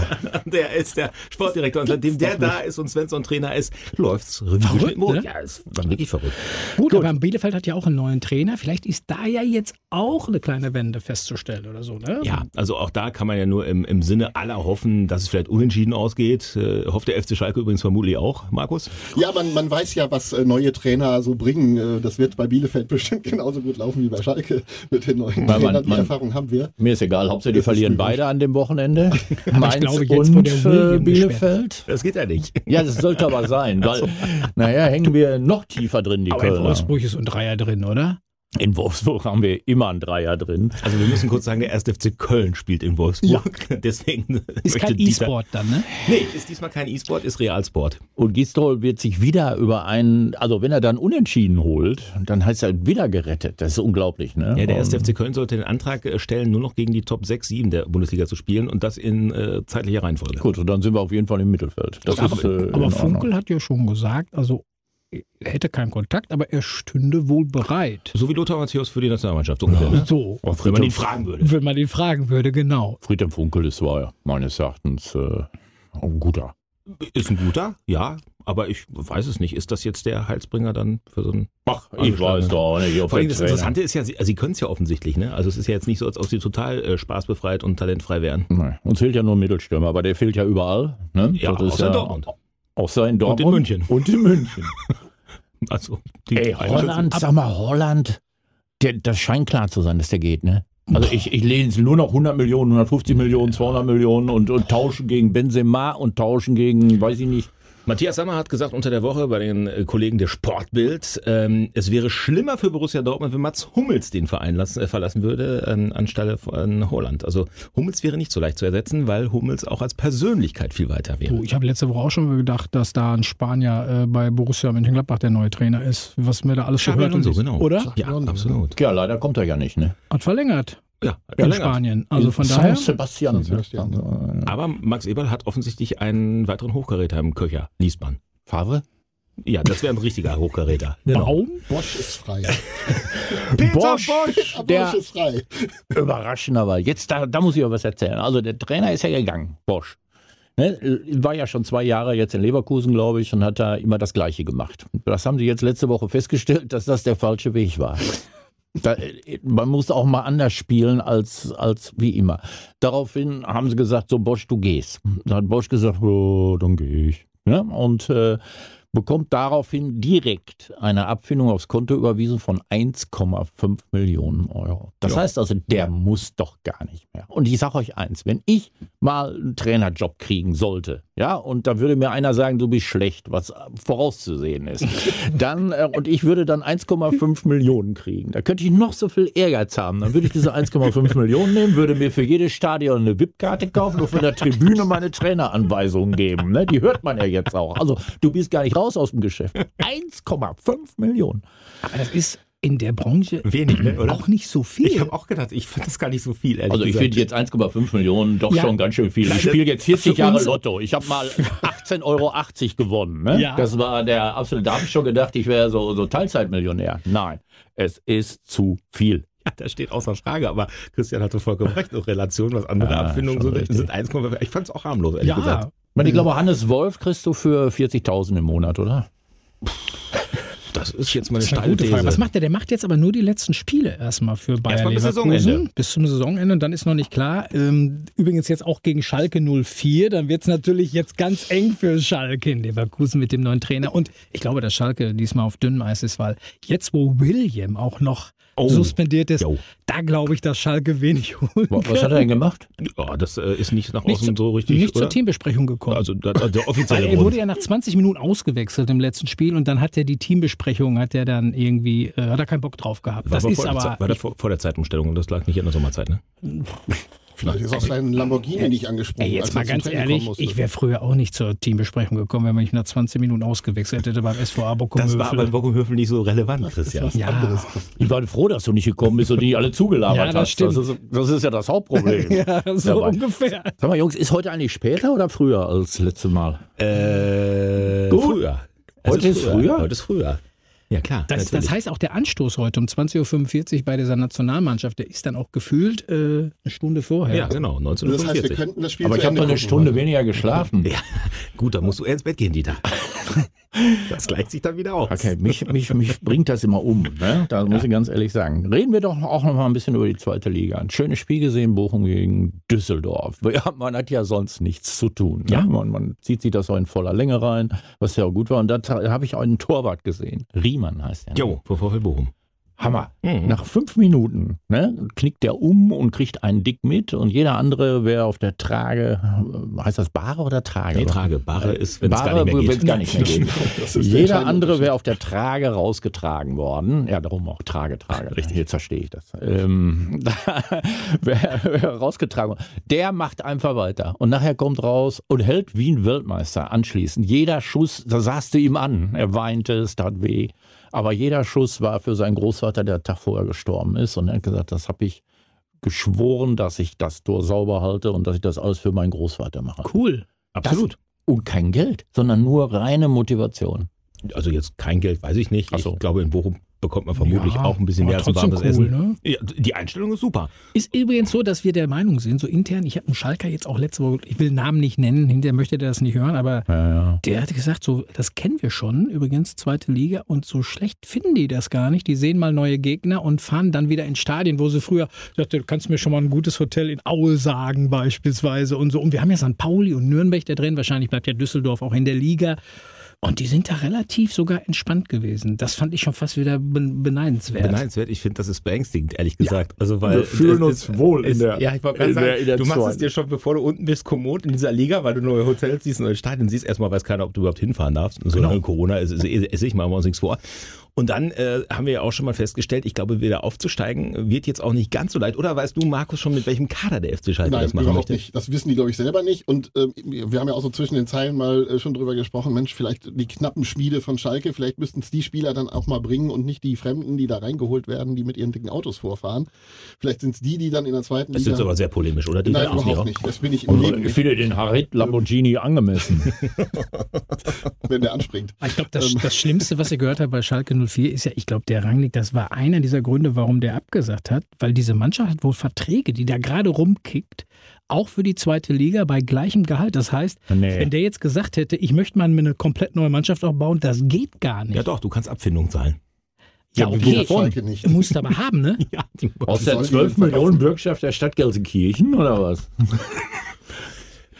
[SPEAKER 1] Der ist der Sportdirektor. Und seitdem der da ist und Svensson Trainer ist, läuft's verrückt.
[SPEAKER 4] ne?
[SPEAKER 1] Ja, es war wirklich verrückt.
[SPEAKER 4] Gut, aber Bielefeld hat ja auch einen neuen Trainer. Vielleicht ist da ja jetzt auch eine kleine Wende festzustellen oder so, ne?
[SPEAKER 1] Ja, also auch da kann man ja nur im, im Sinne aller hoffen, dass es vielleicht unentschieden ausgeht. Äh, hofft der FC Schalke übrigens vermutlich auch, Markus.
[SPEAKER 3] Ja, man, man weiß ja, was äh, neue Trainer so bringen. Äh, Das wird bei Bielefeld bestimmt genauso gut laufen wie bei Schalke mit den neuen
[SPEAKER 2] Man- man-
[SPEAKER 3] Trainern. Die
[SPEAKER 2] man-
[SPEAKER 3] Erfahrung haben wir.
[SPEAKER 2] Mir ist egal, Hauptsache die
[SPEAKER 3] Das ist
[SPEAKER 2] verlieren
[SPEAKER 3] mir
[SPEAKER 2] beide an dem Wochenende. Mainz
[SPEAKER 4] glaube, jetzt
[SPEAKER 2] und
[SPEAKER 4] wurde der William
[SPEAKER 2] äh, Bielefeld.
[SPEAKER 1] Das geht ja nicht.
[SPEAKER 2] Ja, das sollte aber sein, weil, naja, hängen wir noch tiefer drin, die
[SPEAKER 4] Aber in
[SPEAKER 2] Kölner.
[SPEAKER 4] Wolfsburg ist ein Dreier drin, oder?
[SPEAKER 2] In Wolfsburg haben wir immer einen Dreier drin.
[SPEAKER 1] Also wir müssen kurz sagen, der 1. FC Köln spielt in Wolfsburg. Deswegen
[SPEAKER 4] Ist
[SPEAKER 1] möchte
[SPEAKER 4] kein
[SPEAKER 1] Dieter-
[SPEAKER 4] E-Sport dann, ne?
[SPEAKER 1] Nee, ist diesmal kein E-Sport, ist Realsport.
[SPEAKER 2] Und Gistol wird sich wieder über einen, also wenn er dann unentschieden holt, dann heißt er wieder gerettet. Das ist unglaublich, ne?
[SPEAKER 1] Ja, der 1.
[SPEAKER 4] Ähm.
[SPEAKER 2] Und
[SPEAKER 1] FC Köln sollte den Antrag äh, stellen, nur noch gegen die Top 6, 7 der Bundesliga zu spielen und das in äh, zeitlicher Reihenfolge.
[SPEAKER 2] Gut, und dann sind wir auf jeden Fall im Mittelfeld. Das
[SPEAKER 1] Aber-
[SPEAKER 2] ist, äh, in
[SPEAKER 4] Aber
[SPEAKER 2] Ordnung.
[SPEAKER 4] Funkel hat ja schon gesagt, also er hätte keinen Kontakt, aber er stünde wohl bereit.
[SPEAKER 1] So wie Lothar Matthäus für die Nationalmannschaft ungefähr. Ne?
[SPEAKER 4] So,
[SPEAKER 1] Wenn man ihn fragen würde.
[SPEAKER 4] wenn man ihn fragen würde, genau.
[SPEAKER 2] Friedhelm Funkel ist war meines Erachtens äh, ein guter.
[SPEAKER 1] Ist ein guter, ja. Aber ich weiß es nicht. Ist das jetzt der Heilsbringer dann für so einen?
[SPEAKER 2] Ach, ich weiß doch auch nicht.
[SPEAKER 1] Vor allem das Interessante ist ja, Sie, also Sie können es ja offensichtlich, ne? Also es ist ja jetzt nicht so, als ob Sie total äh, spaßbefreit und talentfrei wären.
[SPEAKER 2] Nein. Uns fehlt ja nur ein Mittelstürmer, aber der fehlt ja überall. Ne?
[SPEAKER 1] Ja,
[SPEAKER 2] Das ist
[SPEAKER 1] außer in Dortmund.
[SPEAKER 2] Außer in Dortmund.
[SPEAKER 1] München.
[SPEAKER 2] Und in München.
[SPEAKER 1] Also, die
[SPEAKER 2] Ey, Holland, sag mal, Holland, der, das scheint klar zu sein, dass der geht, ne? Also ich, ich lehne es nur noch 100 Millionen, 150 Millionen, 200 Millionen und, und tauschen gegen Benzema und tauschen gegen, weiß ich nicht.
[SPEAKER 1] Matthias Sammer hat gesagt unter der Woche bei den äh, Kollegen der Sportbild, ähm, es wäre schlimmer für Borussia Dortmund, wenn Mats Hummels den Verein lassen, äh, verlassen würde, ähm, anstelle von Holland. Also Hummels wäre nicht so leicht zu ersetzen, weil Hummels auch als Persönlichkeit viel weiter wäre.
[SPEAKER 4] Du, ich habe letzte Woche auch schon gedacht, dass da ein Spanier äh, bei Borussia Mönchengladbach der neue Trainer ist. Was mir da alles schon
[SPEAKER 1] Xabi
[SPEAKER 4] hört. und
[SPEAKER 1] Alonso,
[SPEAKER 4] liest.
[SPEAKER 1] genau.
[SPEAKER 4] Oder?
[SPEAKER 1] Ja, absolut.
[SPEAKER 2] Ja, leider kommt er ja nicht, ne?
[SPEAKER 4] Hat verlängert
[SPEAKER 1] Ja,
[SPEAKER 4] in
[SPEAKER 1] verlängert.
[SPEAKER 4] Spanien. Also von
[SPEAKER 2] San
[SPEAKER 4] daher.
[SPEAKER 2] Sebastian.
[SPEAKER 3] San Sebastian,
[SPEAKER 1] Aber Max Eberl hat offensichtlich einen weiteren Hochkaräter im Köcher, liest man.
[SPEAKER 2] Favre?
[SPEAKER 1] Ja, das wäre ein richtiger Hochkaräter.
[SPEAKER 4] Baum?
[SPEAKER 3] Bosch ist frei.
[SPEAKER 1] Peter
[SPEAKER 2] Bosch, der
[SPEAKER 3] Bosch ist frei.
[SPEAKER 2] überraschenderweise. Jetzt, da, da muss ich aber was erzählen. Also der Trainer ist ja gegangen, Bosch. Ne, war ja schon zwei Jahre jetzt in Leverkusen, glaube ich, und hat da immer das Gleiche gemacht. Das haben sie jetzt letzte Woche festgestellt, dass das der falsche Weg war. Da, man muss auch mal anders spielen als, als wie immer. Daraufhin haben sie gesagt, so Bosch, du gehst. Da hat Bosch gesagt, oh, dann gehe ich. Ja, und äh, bekommt daraufhin direkt eine Abfindung aufs Konto überwiesen von 1,5 Millionen Euro. Das heißt also, der muss doch gar nicht mehr. Und ich sage euch eins, wenn ich mal einen Trainerjob kriegen sollte, ja, und da würde mir einer sagen, du bist schlecht, was vorauszusehen ist, dann, äh, und ich würde dann 1,5 Millionen kriegen, da könnte ich noch so viel Ehrgeiz haben, dann würde ich diese 1,5 Millionen nehmen, würde mir für jedes Stadion eine VIP-Karte kaufen und von der Tribüne meine Traineranweisungen geben, ne? die hört man ja jetzt auch. Also, du bist gar nicht raus aus dem Geschäft. 1,5 Millionen.
[SPEAKER 4] Aber das ist in der Branche
[SPEAKER 1] Wenig, ne, oder?
[SPEAKER 4] auch nicht so viel.
[SPEAKER 1] Ich habe auch gedacht, ich finde das gar nicht so viel, ehrlich
[SPEAKER 2] Also ich
[SPEAKER 1] gesagt.
[SPEAKER 2] finde jetzt 1,5 Millionen doch
[SPEAKER 4] Ja.
[SPEAKER 2] schon ganz schön viel. Ich
[SPEAKER 1] Leider-
[SPEAKER 2] spiele jetzt 40
[SPEAKER 4] für
[SPEAKER 2] Jahre
[SPEAKER 4] uns-
[SPEAKER 2] Lotto. Ich habe mal 18,80 Euro gewonnen. Ne?
[SPEAKER 4] Ja.
[SPEAKER 2] Das war der absolute, da habe ich schon gedacht, ich wäre so, so Teilzeitmillionär. Nein, es ist zu viel.
[SPEAKER 1] Ja, das steht außer Frage, aber Christian hatte vollkommen recht. Auch Relation, was andere
[SPEAKER 2] Ja,
[SPEAKER 1] Abfindungen
[SPEAKER 2] schon
[SPEAKER 1] sind,
[SPEAKER 2] richtig.
[SPEAKER 1] sind 1,5. Ich fand es auch harmlos, ehrlich
[SPEAKER 4] ja,
[SPEAKER 1] gesagt.
[SPEAKER 2] Ich, meine, ich glaube, Hannes Wolf kriegst du für 40.000 im Monat, oder?
[SPEAKER 1] Das ist jetzt meine
[SPEAKER 4] das ist eine gute
[SPEAKER 1] Steilthese.
[SPEAKER 4] Frage. Was macht der? Der macht jetzt aber nur die letzten Spiele erstmal für Bayer
[SPEAKER 1] Erstmal bis
[SPEAKER 4] Leverkusen.
[SPEAKER 1] Saisonende.
[SPEAKER 4] Bis zum Saisonende. Und dann ist noch nicht klar. Ähm, übrigens jetzt auch gegen Schalke 04. Dann wird es natürlich jetzt ganz eng für Schalke in Leverkusen mit dem neuen Trainer. Und ich glaube, dass Schalke diesmal auf dünnem Eis ist, weil jetzt, wo William auch noch
[SPEAKER 1] Oh.
[SPEAKER 4] suspendiert ist,
[SPEAKER 1] Jo.
[SPEAKER 4] da glaube ich, dass Schalke wenig holen
[SPEAKER 2] Wa- Was hat er denn gemacht?
[SPEAKER 1] ja, das äh, ist nicht nach
[SPEAKER 4] Nicht
[SPEAKER 1] außen
[SPEAKER 4] zu-
[SPEAKER 1] so richtig.
[SPEAKER 4] nicht
[SPEAKER 1] oder?
[SPEAKER 4] zur Teambesprechung gekommen.
[SPEAKER 1] Also da, da- der
[SPEAKER 4] Weil
[SPEAKER 1] offizielle
[SPEAKER 4] er wurde
[SPEAKER 1] Grund.
[SPEAKER 4] ja nach 20 Minuten ausgewechselt im letzten Spiel und dann hat er die Teambesprechung, hat er dann irgendwie, äh, hat er keinen Bock drauf gehabt.
[SPEAKER 1] War
[SPEAKER 4] Das
[SPEAKER 1] aber
[SPEAKER 4] ist
[SPEAKER 1] vor der
[SPEAKER 4] aber,
[SPEAKER 1] Zeit- war das vor, vor der Zeitumstellung und das lag nicht in der Sommerzeit, ne?
[SPEAKER 3] Vielleicht ist auch sein Lamborghini nicht angesprungen.
[SPEAKER 4] ey,
[SPEAKER 3] als er
[SPEAKER 4] jetzt mal
[SPEAKER 3] zum
[SPEAKER 4] ganz
[SPEAKER 3] Training kommen
[SPEAKER 4] ehrlich,
[SPEAKER 3] musste.
[SPEAKER 4] ich wäre früher auch nicht zur Teambesprechung gekommen, wenn man mich nach 20 Minuten ausgewechselt hätte beim SVA Bockum.
[SPEAKER 1] Das war aber in Bockenhöfen nicht so relevant,
[SPEAKER 3] ist
[SPEAKER 1] Christian.
[SPEAKER 3] was
[SPEAKER 4] Ja.
[SPEAKER 3] anderes.
[SPEAKER 2] Ich war froh, dass du nicht gekommen bist und die alle zugelabert
[SPEAKER 4] Ja, das
[SPEAKER 2] hast.
[SPEAKER 4] stimmt.
[SPEAKER 2] Das, ist, das ist ja das Hauptproblem.
[SPEAKER 4] so
[SPEAKER 2] Dabei.
[SPEAKER 4] ungefähr.
[SPEAKER 2] Sag mal, Jungs, ist heute eigentlich später oder früher als letztes Mal?
[SPEAKER 1] Äh,
[SPEAKER 2] Gut.
[SPEAKER 1] früher. Es
[SPEAKER 2] Heute ist früher?
[SPEAKER 1] Heute ist früher. Ja, klar.
[SPEAKER 4] Das,
[SPEAKER 1] natürlich.
[SPEAKER 4] das heißt auch der Anstoß heute um 20.45 Uhr bei dieser Nationalmannschaft, der ist dann auch gefühlt äh, eine Stunde vorher.
[SPEAKER 1] ja, genau,
[SPEAKER 3] Also Das heißt, wir
[SPEAKER 1] 1945.
[SPEAKER 3] könnten das Spiel
[SPEAKER 2] Aber
[SPEAKER 3] zu
[SPEAKER 2] ich habe
[SPEAKER 3] Ende
[SPEAKER 2] noch eine
[SPEAKER 3] gucken.
[SPEAKER 2] Stunde weniger geschlafen.
[SPEAKER 1] Gut, dann musst du eher ins Bett gehen, Dieter. Das gleicht sich dann wieder aus.
[SPEAKER 2] Okay, mich, mich, mich bringt das immer um. Ne? Da muss ich ganz ehrlich sagen. Reden wir doch auch noch mal ein bisschen über die zweite Liga. Ein schönes Spiel gesehen, Bochum gegen Düsseldorf. Ja, man hat ja sonst nichts zu tun. Ne? Man, man zieht sich das auch in voller Länge rein, was ja auch gut war. Und da habe ich auch einen Torwart gesehen. Riemann heißt er.
[SPEAKER 1] Jo, vor VfL Bochum.
[SPEAKER 2] Hammer.
[SPEAKER 1] Mhm.
[SPEAKER 2] Nach fünf Minuten ne, knickt der um und kriegt einen Dick mit. Und jeder andere wäre auf der Trage, heißt das Bare oder Trage?
[SPEAKER 1] Nee,
[SPEAKER 2] Oder?
[SPEAKER 1] Trage. Bare ist, wenn es
[SPEAKER 2] Bare
[SPEAKER 1] gar nicht mehr
[SPEAKER 2] wenn's
[SPEAKER 1] geht.
[SPEAKER 2] Äh, gar nicht mehr geht.
[SPEAKER 3] Das ist der
[SPEAKER 2] Jeder
[SPEAKER 3] entscheidende
[SPEAKER 2] andere
[SPEAKER 3] Unterschied.
[SPEAKER 2] wäre auf der Trage rausgetragen worden. Ja, darum auch Trage, Trage. Richtig, jetzt verstehe ich das. Ähm, da wär- wär rausgetragen worden. Der macht einfach weiter. Und nachher kommt raus und hält wie ein Weltmeister anschließend. Jeder Schuss, da sahst du ihm an. Er weinte, es tat weh. Aber jeder Schuss war für seinen Großvater, der Tag vorher gestorben ist. Und er hat gesagt, das habe ich geschworen, dass ich das Tor sauber halte und dass ich das alles für meinen Großvater mache.
[SPEAKER 4] Cool.
[SPEAKER 1] Absolut.
[SPEAKER 2] Und kein Geld, sondern nur reine Motivation.
[SPEAKER 1] Also jetzt kein Geld, weiß ich nicht.
[SPEAKER 2] Ach so.
[SPEAKER 1] Ich glaube, in Bochum bekommt man vermutlich
[SPEAKER 4] Ja,
[SPEAKER 1] auch ein bisschen
[SPEAKER 4] aber
[SPEAKER 1] mehr als ein
[SPEAKER 4] trotzdem
[SPEAKER 1] warmes
[SPEAKER 4] cool,
[SPEAKER 1] Essen.
[SPEAKER 4] ne?
[SPEAKER 1] Ja, die Einstellung ist super.
[SPEAKER 4] Ist übrigens so, dass wir der Meinung sind, so intern, ich habe einen Schalker jetzt auch letzte Woche, ich will Namen nicht nennen, hinterher möchte der das nicht hören, aber der hat gesagt, so, das kennen wir schon, übrigens, zweite Liga, und so schlecht finden die das gar nicht. Die sehen mal neue Gegner und fahren dann wieder in Stadien, wo sie früher, sagte, du kannst mir schon mal ein gutes Hotel in Aue sagen, beispielsweise und so. Und wir haben ja St. Pauli und Nürnberg da drin, wahrscheinlich bleibt ja Düsseldorf auch in der Liga. Und die sind da relativ sogar entspannt gewesen. Das fand ich schon fast wieder ben- beneidenswert.
[SPEAKER 1] Beneidenswert, ich finde, das ist beängstigend, ehrlich gesagt. also, weil
[SPEAKER 2] wir fühlen uns wohl in der-
[SPEAKER 1] Ja, ich wollte gerade
[SPEAKER 2] in
[SPEAKER 1] sagen,
[SPEAKER 2] der- in der
[SPEAKER 1] du machst es
[SPEAKER 2] zweiten.
[SPEAKER 1] dir schon, bevor du unten bist, kommod in dieser Liga, weil du neue Hotels siehst, neue Stadien siehst. Erstmal weiß keiner, ob du überhaupt hinfahren darfst. Und Solange Corona ist, ist, ist, ist ich, machen wir uns nichts vor. Und dann äh, haben wir ja auch schon mal festgestellt, ich glaube, wieder aufzusteigen wird jetzt auch nicht ganz so leicht. Oder weißt du, Markus, schon mit welchem Kader der FC Schalke
[SPEAKER 3] Nein,
[SPEAKER 1] das machen
[SPEAKER 3] überhaupt
[SPEAKER 1] möchte?
[SPEAKER 3] nicht. Das wissen die, glaube ich, selber nicht. Und ähm, wir haben ja auch so zwischen den Zeilen mal äh, schon drüber gesprochen, Mensch, vielleicht die knappen Schmiede von Schalke, vielleicht müssten es die Spieler dann auch mal bringen und nicht die Fremden, die da reingeholt werden, die mit ihren dicken Autos vorfahren. Vielleicht sind es die, die dann in der zweiten
[SPEAKER 1] Das ist jetzt aber sehr polemisch, oder? Die
[SPEAKER 3] Nein,
[SPEAKER 1] darf ich
[SPEAKER 3] überhaupt
[SPEAKER 1] auch.
[SPEAKER 3] nicht. Das bin ich im
[SPEAKER 2] Und
[SPEAKER 3] Leben
[SPEAKER 2] Also, ich
[SPEAKER 3] nicht,
[SPEAKER 2] finde den Harit Lamborghini angemessen.
[SPEAKER 3] wenn der anspringt.
[SPEAKER 4] Ich glaube, das, das Schlimmste, was ihr gehört habt bei Schalke 04, ist ja, ich glaube, der Rangnick, das war einer dieser Gründe, warum der abgesagt hat, weil diese Mannschaft hat wohl Verträge, die da gerade rumkickt, auch für die zweite Liga bei gleichem Gehalt. Das heißt,
[SPEAKER 2] Nee.
[SPEAKER 4] wenn der jetzt gesagt hätte, ich möchte mal eine komplett neue Mannschaft aufbauen, das geht gar nicht.
[SPEAKER 1] Ja doch, du kannst Abfindung zahlen.
[SPEAKER 4] Ja,
[SPEAKER 3] Wovon?
[SPEAKER 4] okay.
[SPEAKER 3] Schalke nicht.
[SPEAKER 4] Musst aber haben, ne?
[SPEAKER 1] Ja, die
[SPEAKER 2] Aus
[SPEAKER 3] der
[SPEAKER 2] der
[SPEAKER 3] Soll
[SPEAKER 2] 12
[SPEAKER 3] die 12 denn verkaufen?
[SPEAKER 2] Millionen
[SPEAKER 3] Millionen
[SPEAKER 2] Bürgschaft der Stadt Gelsenkirchen oder was?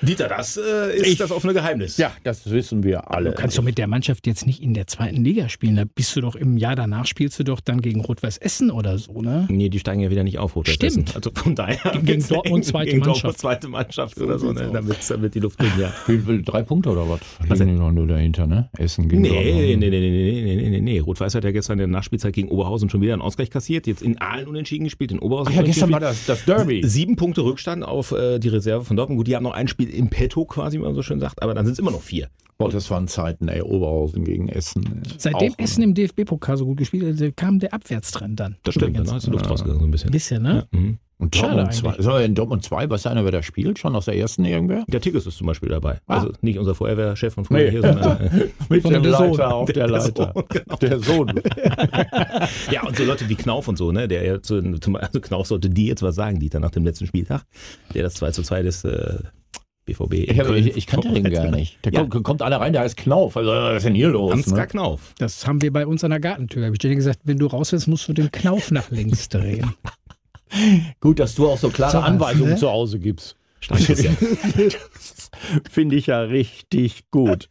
[SPEAKER 1] Dieter, das äh, ist
[SPEAKER 2] Ich-
[SPEAKER 1] das offene Geheimnis.
[SPEAKER 2] das wissen wir alle.
[SPEAKER 4] Du kannst doch mit der Mannschaft jetzt nicht in der zweiten Liga spielen. Da bist du doch im Jahr danach spielst du doch dann gegen Rot-Weiß Essen oder so, ne?
[SPEAKER 1] Nee, die steigen ja wieder nicht auf, Rotes
[SPEAKER 4] Stimmt.
[SPEAKER 1] Essen. Also von daher.
[SPEAKER 4] Gegen
[SPEAKER 1] wird's
[SPEAKER 4] Dortmund
[SPEAKER 1] eng.
[SPEAKER 4] zweite
[SPEAKER 1] gegen Dortmund
[SPEAKER 4] Mannschaft.
[SPEAKER 1] zweite Mannschaft oder so,
[SPEAKER 3] sieht's
[SPEAKER 1] ne?
[SPEAKER 3] aus.
[SPEAKER 1] damit, damit die Luft drin, ja.
[SPEAKER 2] Wie viel, drei Punkte oder was?
[SPEAKER 1] denn?
[SPEAKER 2] Liegen die noch nur dahinter, ne? Essen gegen
[SPEAKER 1] Nee, nee, nee,
[SPEAKER 2] Dortmund.
[SPEAKER 1] nee, nee, nee, nee, nee, nee. Rot-Weiß hat ja gestern in der Nachspielzeit gegen Oberhausen schon wieder einen Ausgleich kassiert, jetzt in Aalen unentschieden gespielt, in Oberhausen
[SPEAKER 2] Ach ja, gestern
[SPEAKER 1] unentschieden
[SPEAKER 2] war das, das Derby.
[SPEAKER 1] gespielt. Sieben Punkte Rückstand auf äh, die Reserve von Dortmund. Gut, die haben noch ein Spiel im Petto quasi, wie man so schön sagt, aber dann sind es immer noch vier.
[SPEAKER 2] Boah, das waren Zeiten, ey. Oberhausen gegen Essen. ey.
[SPEAKER 4] Seitdem
[SPEAKER 2] Auch, äh,
[SPEAKER 4] Essen im DFB-Pokal so gut gespielt hat, kam der Abwärtstrend dann.
[SPEAKER 1] Das stimmt,
[SPEAKER 4] Übrigens.
[SPEAKER 1] dann ist die Luft rausgegangen so ein
[SPEAKER 4] Ein
[SPEAKER 1] bisschen.
[SPEAKER 4] bisschen, ne?
[SPEAKER 1] Mhm.
[SPEAKER 2] Und
[SPEAKER 4] Schade
[SPEAKER 2] Dortmund
[SPEAKER 4] eigentlich.
[SPEAKER 2] 2. Soll in Dortmund 2, was einer, wer da spielt? Schon aus der ersten irgendwer?
[SPEAKER 1] Der Tickets ist zum Beispiel dabei.
[SPEAKER 2] Ah.
[SPEAKER 1] Also nicht unser Feuerwehrchef von früher
[SPEAKER 2] Nee.
[SPEAKER 1] hier, sondern äh,
[SPEAKER 2] Mit
[SPEAKER 4] Von dem der Sohn.
[SPEAKER 2] auf der, genau. Leiter. Der Sohn.
[SPEAKER 1] Ja, und so Leute wie Knauf und so, ne? Der ja zu, zum, also Knauf sollte dir jetzt was sagen, Dieter, nach dem letzten Spieltag, der das 2 zu 2 des äh, BVB. in
[SPEAKER 2] Ich, hab,
[SPEAKER 1] Köln
[SPEAKER 2] ich, ich kannte den
[SPEAKER 1] vorbereitet
[SPEAKER 2] gar
[SPEAKER 1] hat.
[SPEAKER 2] nicht. Da
[SPEAKER 1] Ja.
[SPEAKER 2] kommt, kommt einer rein, der heißt Knauf. Also, was ist denn hier los?
[SPEAKER 1] Ansgar
[SPEAKER 2] Ne?
[SPEAKER 1] Knauf.
[SPEAKER 4] Das haben wir bei uns an der Gartentür. Hab ich dir gesagt, wenn du raus willst, musst du den Knauf nach links drehen.
[SPEAKER 2] Gut, dass du auch so klare
[SPEAKER 4] So was,
[SPEAKER 2] Anweisungen
[SPEAKER 4] ne?
[SPEAKER 2] zu Hause gibst.
[SPEAKER 1] Starkes Jahr.
[SPEAKER 2] Finde ich ja richtig gut.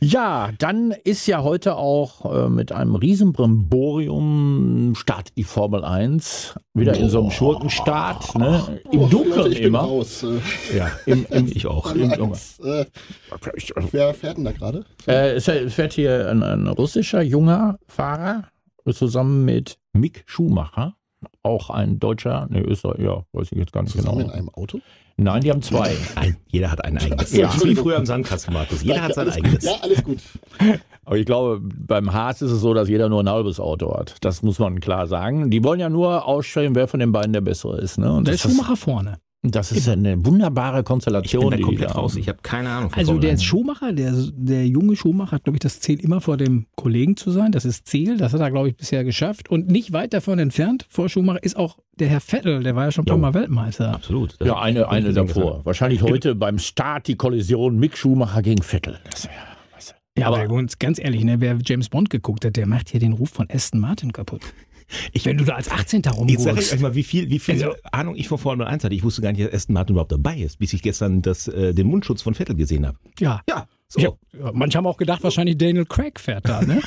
[SPEAKER 2] Ja, dann ist ja heute auch äh, mit einem Riesenbremborium startet die Formel 1. Wieder in so einem Schurkenstart. Ne? Im
[SPEAKER 3] Oh, Leute,
[SPEAKER 2] Dunkeln
[SPEAKER 3] ich bin
[SPEAKER 2] immer.
[SPEAKER 3] raus. Äh,
[SPEAKER 1] Ja,
[SPEAKER 2] Im, im,
[SPEAKER 1] ich auch.
[SPEAKER 2] im Dunkeln.
[SPEAKER 3] äh, wer fährt denn da gerade?
[SPEAKER 2] Äh, es fährt hier ein, ein russischer junger Fahrer zusammen mit Mick Schumacher. Auch ein deutscher, ne, Österreich, ja, weiß ich jetzt gar nicht
[SPEAKER 3] Zusammen in
[SPEAKER 2] genau.
[SPEAKER 3] einem Auto?
[SPEAKER 2] Nein, die haben zwei.
[SPEAKER 1] Nein, jeder hat ein eigenes.
[SPEAKER 3] Ja.
[SPEAKER 1] Das ist wie früher im Sandkasten, Markus. Jeder hat sein
[SPEAKER 3] alles,
[SPEAKER 1] eigenes.
[SPEAKER 3] Ja, alles gut.
[SPEAKER 2] Aber ich glaube, beim Haas ist es so, dass jeder nur ein halbes Auto hat. Das muss man klar sagen. Die wollen ja nur ausstellen, wer von den beiden der bessere ist. Ne? Und
[SPEAKER 4] Da
[SPEAKER 2] das,
[SPEAKER 4] ist Schumacher vorne.
[SPEAKER 2] Ist, das ist eine wunderbare
[SPEAKER 1] Ich bin
[SPEAKER 2] Konstellation.
[SPEAKER 1] da
[SPEAKER 2] die
[SPEAKER 1] komplett
[SPEAKER 2] die da
[SPEAKER 1] raus.
[SPEAKER 2] haben.
[SPEAKER 1] Ich habe keine Ahnung. von
[SPEAKER 4] Also
[SPEAKER 1] Formel
[SPEAKER 4] der
[SPEAKER 1] 1.
[SPEAKER 4] Schumacher, der, der junge Schumacher hat, glaube ich, das Ziel, immer vor dem Kollegen zu sein. Das ist Ziel. Das hat er, glaube ich, bisher geschafft. Und nicht weit davon entfernt vor Schumacher ist auch der Herr Vettel. Der war ja schon ein paar
[SPEAKER 1] Jo.
[SPEAKER 4] Mal Weltmeister.
[SPEAKER 1] Absolut. Das
[SPEAKER 2] Ja,
[SPEAKER 1] hab
[SPEAKER 2] eine,
[SPEAKER 1] ich
[SPEAKER 2] eine
[SPEAKER 1] nicht
[SPEAKER 2] davor.
[SPEAKER 1] gesagt.
[SPEAKER 2] Wahrscheinlich heute beim Start die Kollision Mick Schumacher gegen Vettel. Das wäre
[SPEAKER 4] Ja,
[SPEAKER 2] Aber-
[SPEAKER 4] aber ganz, ganz ehrlich, ne, wer James Bond geguckt hat, der macht hier den Ruf von Aston Martin kaputt. wenn du da als 18.
[SPEAKER 1] Jetzt sage ich
[SPEAKER 4] rumgurkst.
[SPEAKER 1] euch mal, wie viel, wie viel
[SPEAKER 4] Also-
[SPEAKER 1] Ahnung ich von Formel 1 hatte. Ich wusste gar nicht, dass Aston Martin überhaupt dabei ist, bis ich gestern das, äh, den Mundschutz von Vettel gesehen habe.
[SPEAKER 4] Ja.
[SPEAKER 1] Ja, so.
[SPEAKER 4] Ich hab, ja, manche haben auch gedacht, wahrscheinlich Daniel Craig fährt da, ne?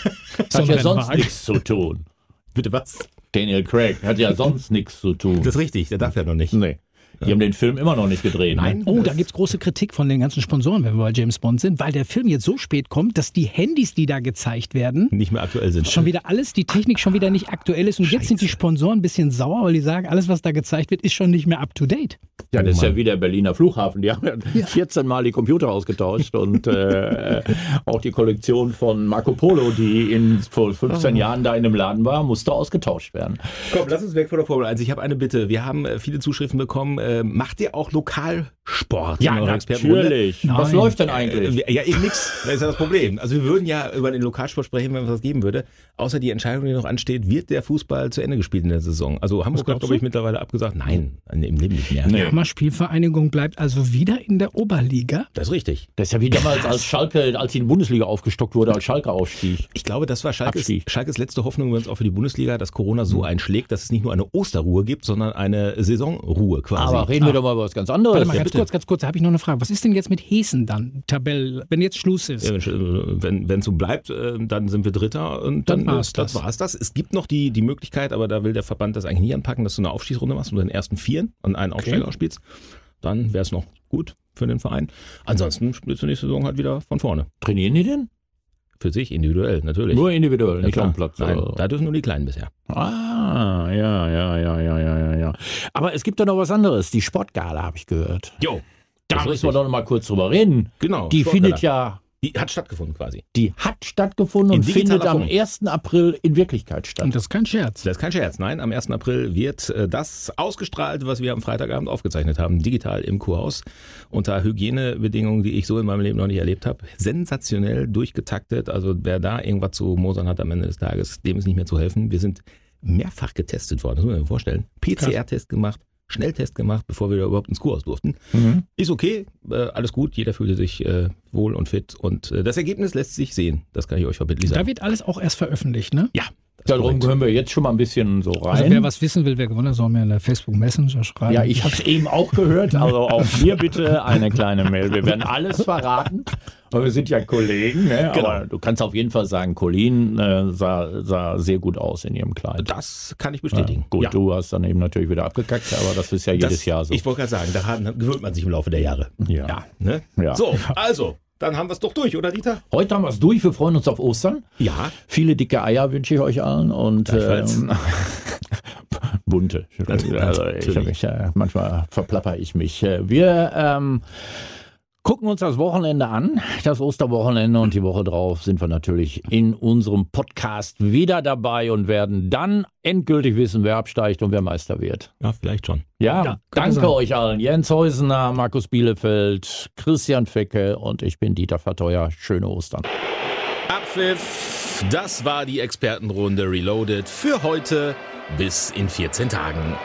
[SPEAKER 4] So ein
[SPEAKER 2] Hat ja sonst
[SPEAKER 4] Rennwagen.
[SPEAKER 2] nichts zu tun.
[SPEAKER 1] Bitte was?
[SPEAKER 2] Daniel Craig hat ja sonst nichts zu tun.
[SPEAKER 1] Das ist richtig, der darf ja noch nicht.
[SPEAKER 2] nee. Die haben den Film immer noch nicht gedreht. ne?
[SPEAKER 1] Nein.
[SPEAKER 4] Oh, da gibt's große Kritik von den ganzen Sponsoren, wenn wir bei James Bond sind, weil der Film jetzt so spät kommt, dass die Handys, die da gezeigt werden,
[SPEAKER 1] Nicht mehr aktuell sind.
[SPEAKER 4] schon wieder alles, die Technik schon wieder nicht aktuell ist. Und jetzt sind die Sponsoren ein bisschen sauer, weil die sagen, alles, was da gezeigt wird, ist schon nicht mehr up to date.
[SPEAKER 2] Ja, das ist
[SPEAKER 1] Mann.
[SPEAKER 2] ja wie der Berliner Flughafen. Die haben ja 14 Mal die Computer ausgetauscht und äh, auch die Kollektion von Marco Polo, die in, vor 15 Jahren da in dem Laden war, musste ausgetauscht werden.
[SPEAKER 1] Komm, lass uns weg von der Formel 1. Ich habe eine Bitte. Wir haben äh, viele Zuschriften bekommen. Äh, macht Ähm, ihr auch lokal Sport.
[SPEAKER 2] Ja,
[SPEAKER 1] in eurer Expertenrunde.
[SPEAKER 2] natürlich.
[SPEAKER 4] Nein.
[SPEAKER 2] Was läuft denn eigentlich?
[SPEAKER 1] Äh, Ja, eben nix. Das ist ja das Problem. Also wir würden ja über den Lokalsport sprechen, wenn es was geben würde. Außer die Entscheidung, die noch ansteht, wird der Fußball zu Ende gespielt in der Saison. Also Hamburg hat,
[SPEAKER 4] glaubst
[SPEAKER 1] glaube ich, mittlerweile abgesagt. Nein, im Leben nicht mehr.
[SPEAKER 2] Nee.
[SPEAKER 4] Hammer-Spielvereinigung bleibt also wieder in der Oberliga.
[SPEAKER 1] Das ist richtig.
[SPEAKER 2] Das ist ja wie damals, als Schalke, als die Bundesliga aufgestockt wurde, als Schalke aufstieg.
[SPEAKER 1] Ich glaube, das war Schalkes,
[SPEAKER 2] Abstieg.
[SPEAKER 1] Schalkes letzte Hoffnung übrigens auch für die Bundesliga, dass Corona so einschlägt, dass es nicht nur eine Osterruhe gibt, sondern eine Saisonruhe quasi.
[SPEAKER 2] Aber reden wir doch mal über was ganz anderes.
[SPEAKER 4] Warte mal, ganz
[SPEAKER 1] bitte.
[SPEAKER 4] kurz, ganz kurz, da habe ich noch eine Frage. Was ist denn jetzt mit Hessen dann? Tabelle, wenn jetzt Schluss ist.
[SPEAKER 1] Ja, wenn- wenn wenn es so bleibt, äh, dann sind wir Dritter und
[SPEAKER 4] Dann
[SPEAKER 1] dann,
[SPEAKER 4] war's
[SPEAKER 1] das.
[SPEAKER 4] das.
[SPEAKER 1] war's das. Es gibt noch die, die Möglichkeit, aber da will der Verband das eigentlich nie anpacken, dass du eine Aufstiegsrunde machst und den ersten Vieren und einen Aufsteiger ausspielst. Dann wäre es noch gut für den Verein. Ansonsten spielst du nächste Saison halt wieder von vorne.
[SPEAKER 2] Trainieren die denn?
[SPEAKER 1] Für sich individuell, natürlich.
[SPEAKER 2] Nur individuell,
[SPEAKER 1] Ja,
[SPEAKER 2] nicht
[SPEAKER 1] klar.
[SPEAKER 2] am Platz. äh.
[SPEAKER 1] Nein,
[SPEAKER 2] oder?
[SPEAKER 1] da dürfen nur die Kleinen bisher.
[SPEAKER 2] Ah, ja, ja, ja, ja, ja, ja, ja. Aber es gibt da noch was anderes, die Sportgala, habe ich gehört.
[SPEAKER 1] Jo,
[SPEAKER 2] Da
[SPEAKER 1] das ist
[SPEAKER 2] müssen wir
[SPEAKER 1] richtig.
[SPEAKER 2] doch noch mal kurz drüber reden.
[SPEAKER 1] Genau.
[SPEAKER 2] Die
[SPEAKER 1] Sportler.
[SPEAKER 2] findet ja,
[SPEAKER 1] Die hat stattgefunden quasi.
[SPEAKER 2] die hat stattgefunden
[SPEAKER 1] In
[SPEAKER 2] und findet
[SPEAKER 1] digitaler
[SPEAKER 2] am
[SPEAKER 1] Form.
[SPEAKER 2] 1. April in Wirklichkeit
[SPEAKER 4] Und
[SPEAKER 2] statt.
[SPEAKER 4] das ist kein Scherz.
[SPEAKER 1] Das ist kein Scherz. Nein, am 1. April wird äh, das ausgestrahlt, was wir am Freitagabend aufgezeichnet haben, digital im Kurhaus. Unter Hygienebedingungen, die ich so in meinem Leben noch nicht erlebt habe. Sensationell durchgetaktet. Also wer da irgendwas zu mosern hat am Ende des Tages, dem ist nicht mehr zu helfen. Wir sind mehrfach getestet worden, das muss man sich vorstellen. PCR-Test gemacht. Schnelltest gemacht, bevor wir da überhaupt ins Kurhaus durften.
[SPEAKER 2] Mhm.
[SPEAKER 1] Ist okay, äh, alles gut, jeder fühlte sich äh, wohl und fit und äh, das Ergebnis lässt sich sehen. Das kann ich euch verbindlich
[SPEAKER 4] Da
[SPEAKER 1] sagen.
[SPEAKER 4] wird alles auch erst veröffentlicht, ne?
[SPEAKER 1] Ja, das ist
[SPEAKER 2] Darum
[SPEAKER 1] korrekt.
[SPEAKER 2] können wir jetzt schon mal ein bisschen so
[SPEAKER 4] Also
[SPEAKER 2] rein.
[SPEAKER 4] wer was wissen will, wer gewonnen hat, soll mir in der Facebook Messenger schreiben.
[SPEAKER 2] ja, ich habe es eben auch gehört, also auch mir bitte eine kleine Mail. Wir werden alles verraten, weil wir sind ja Kollegen. Ne? Aber du kannst auf jeden Fall sagen, Colleen äh, sah, sah sehr gut aus in ihrem Kleid.
[SPEAKER 1] Das kann ich
[SPEAKER 2] Ja,
[SPEAKER 1] bestätigen.
[SPEAKER 2] gut,
[SPEAKER 1] Ja.
[SPEAKER 2] du hast dann eben natürlich wieder abgekackt, aber das ist ja
[SPEAKER 1] Das-
[SPEAKER 2] jedes Jahr so.
[SPEAKER 1] Ich wollte gerade sagen, daran gewöhnt man sich im Laufe der Jahre.
[SPEAKER 2] Ja.
[SPEAKER 1] ne?
[SPEAKER 2] Ja.
[SPEAKER 1] So, also, dann haben wir es doch durch, oder Dieter?
[SPEAKER 2] Heute haben wir es durch, wir freuen uns auf Ostern.
[SPEAKER 1] Ja.
[SPEAKER 2] Viele dicke Eier wünsche ich euch allen und
[SPEAKER 1] Gleichfalls.
[SPEAKER 2] ähm, bunte.
[SPEAKER 1] Natürlich.
[SPEAKER 2] Also ich hab mich, äh, manchmal verplapper ich mich. Äh, Wir ähm, gucken uns das Wochenende an, das Osterwochenende und die Woche drauf sind wir natürlich in unserem Podcast wieder dabei und werden dann endgültig wissen, wer absteigt und wer Meister wird.
[SPEAKER 1] Ja, vielleicht schon.
[SPEAKER 2] Ja,
[SPEAKER 4] Ja, kann
[SPEAKER 2] danke
[SPEAKER 4] sein.
[SPEAKER 2] euch allen. Jens Heusener, Markus Bielefeld, Christian Fecke und ich bin Dieter Verteuer. Schöne Ostern.
[SPEAKER 1] Abpfiff, das war die Expertenrunde Reloaded für heute. Bis in 14 Tagen.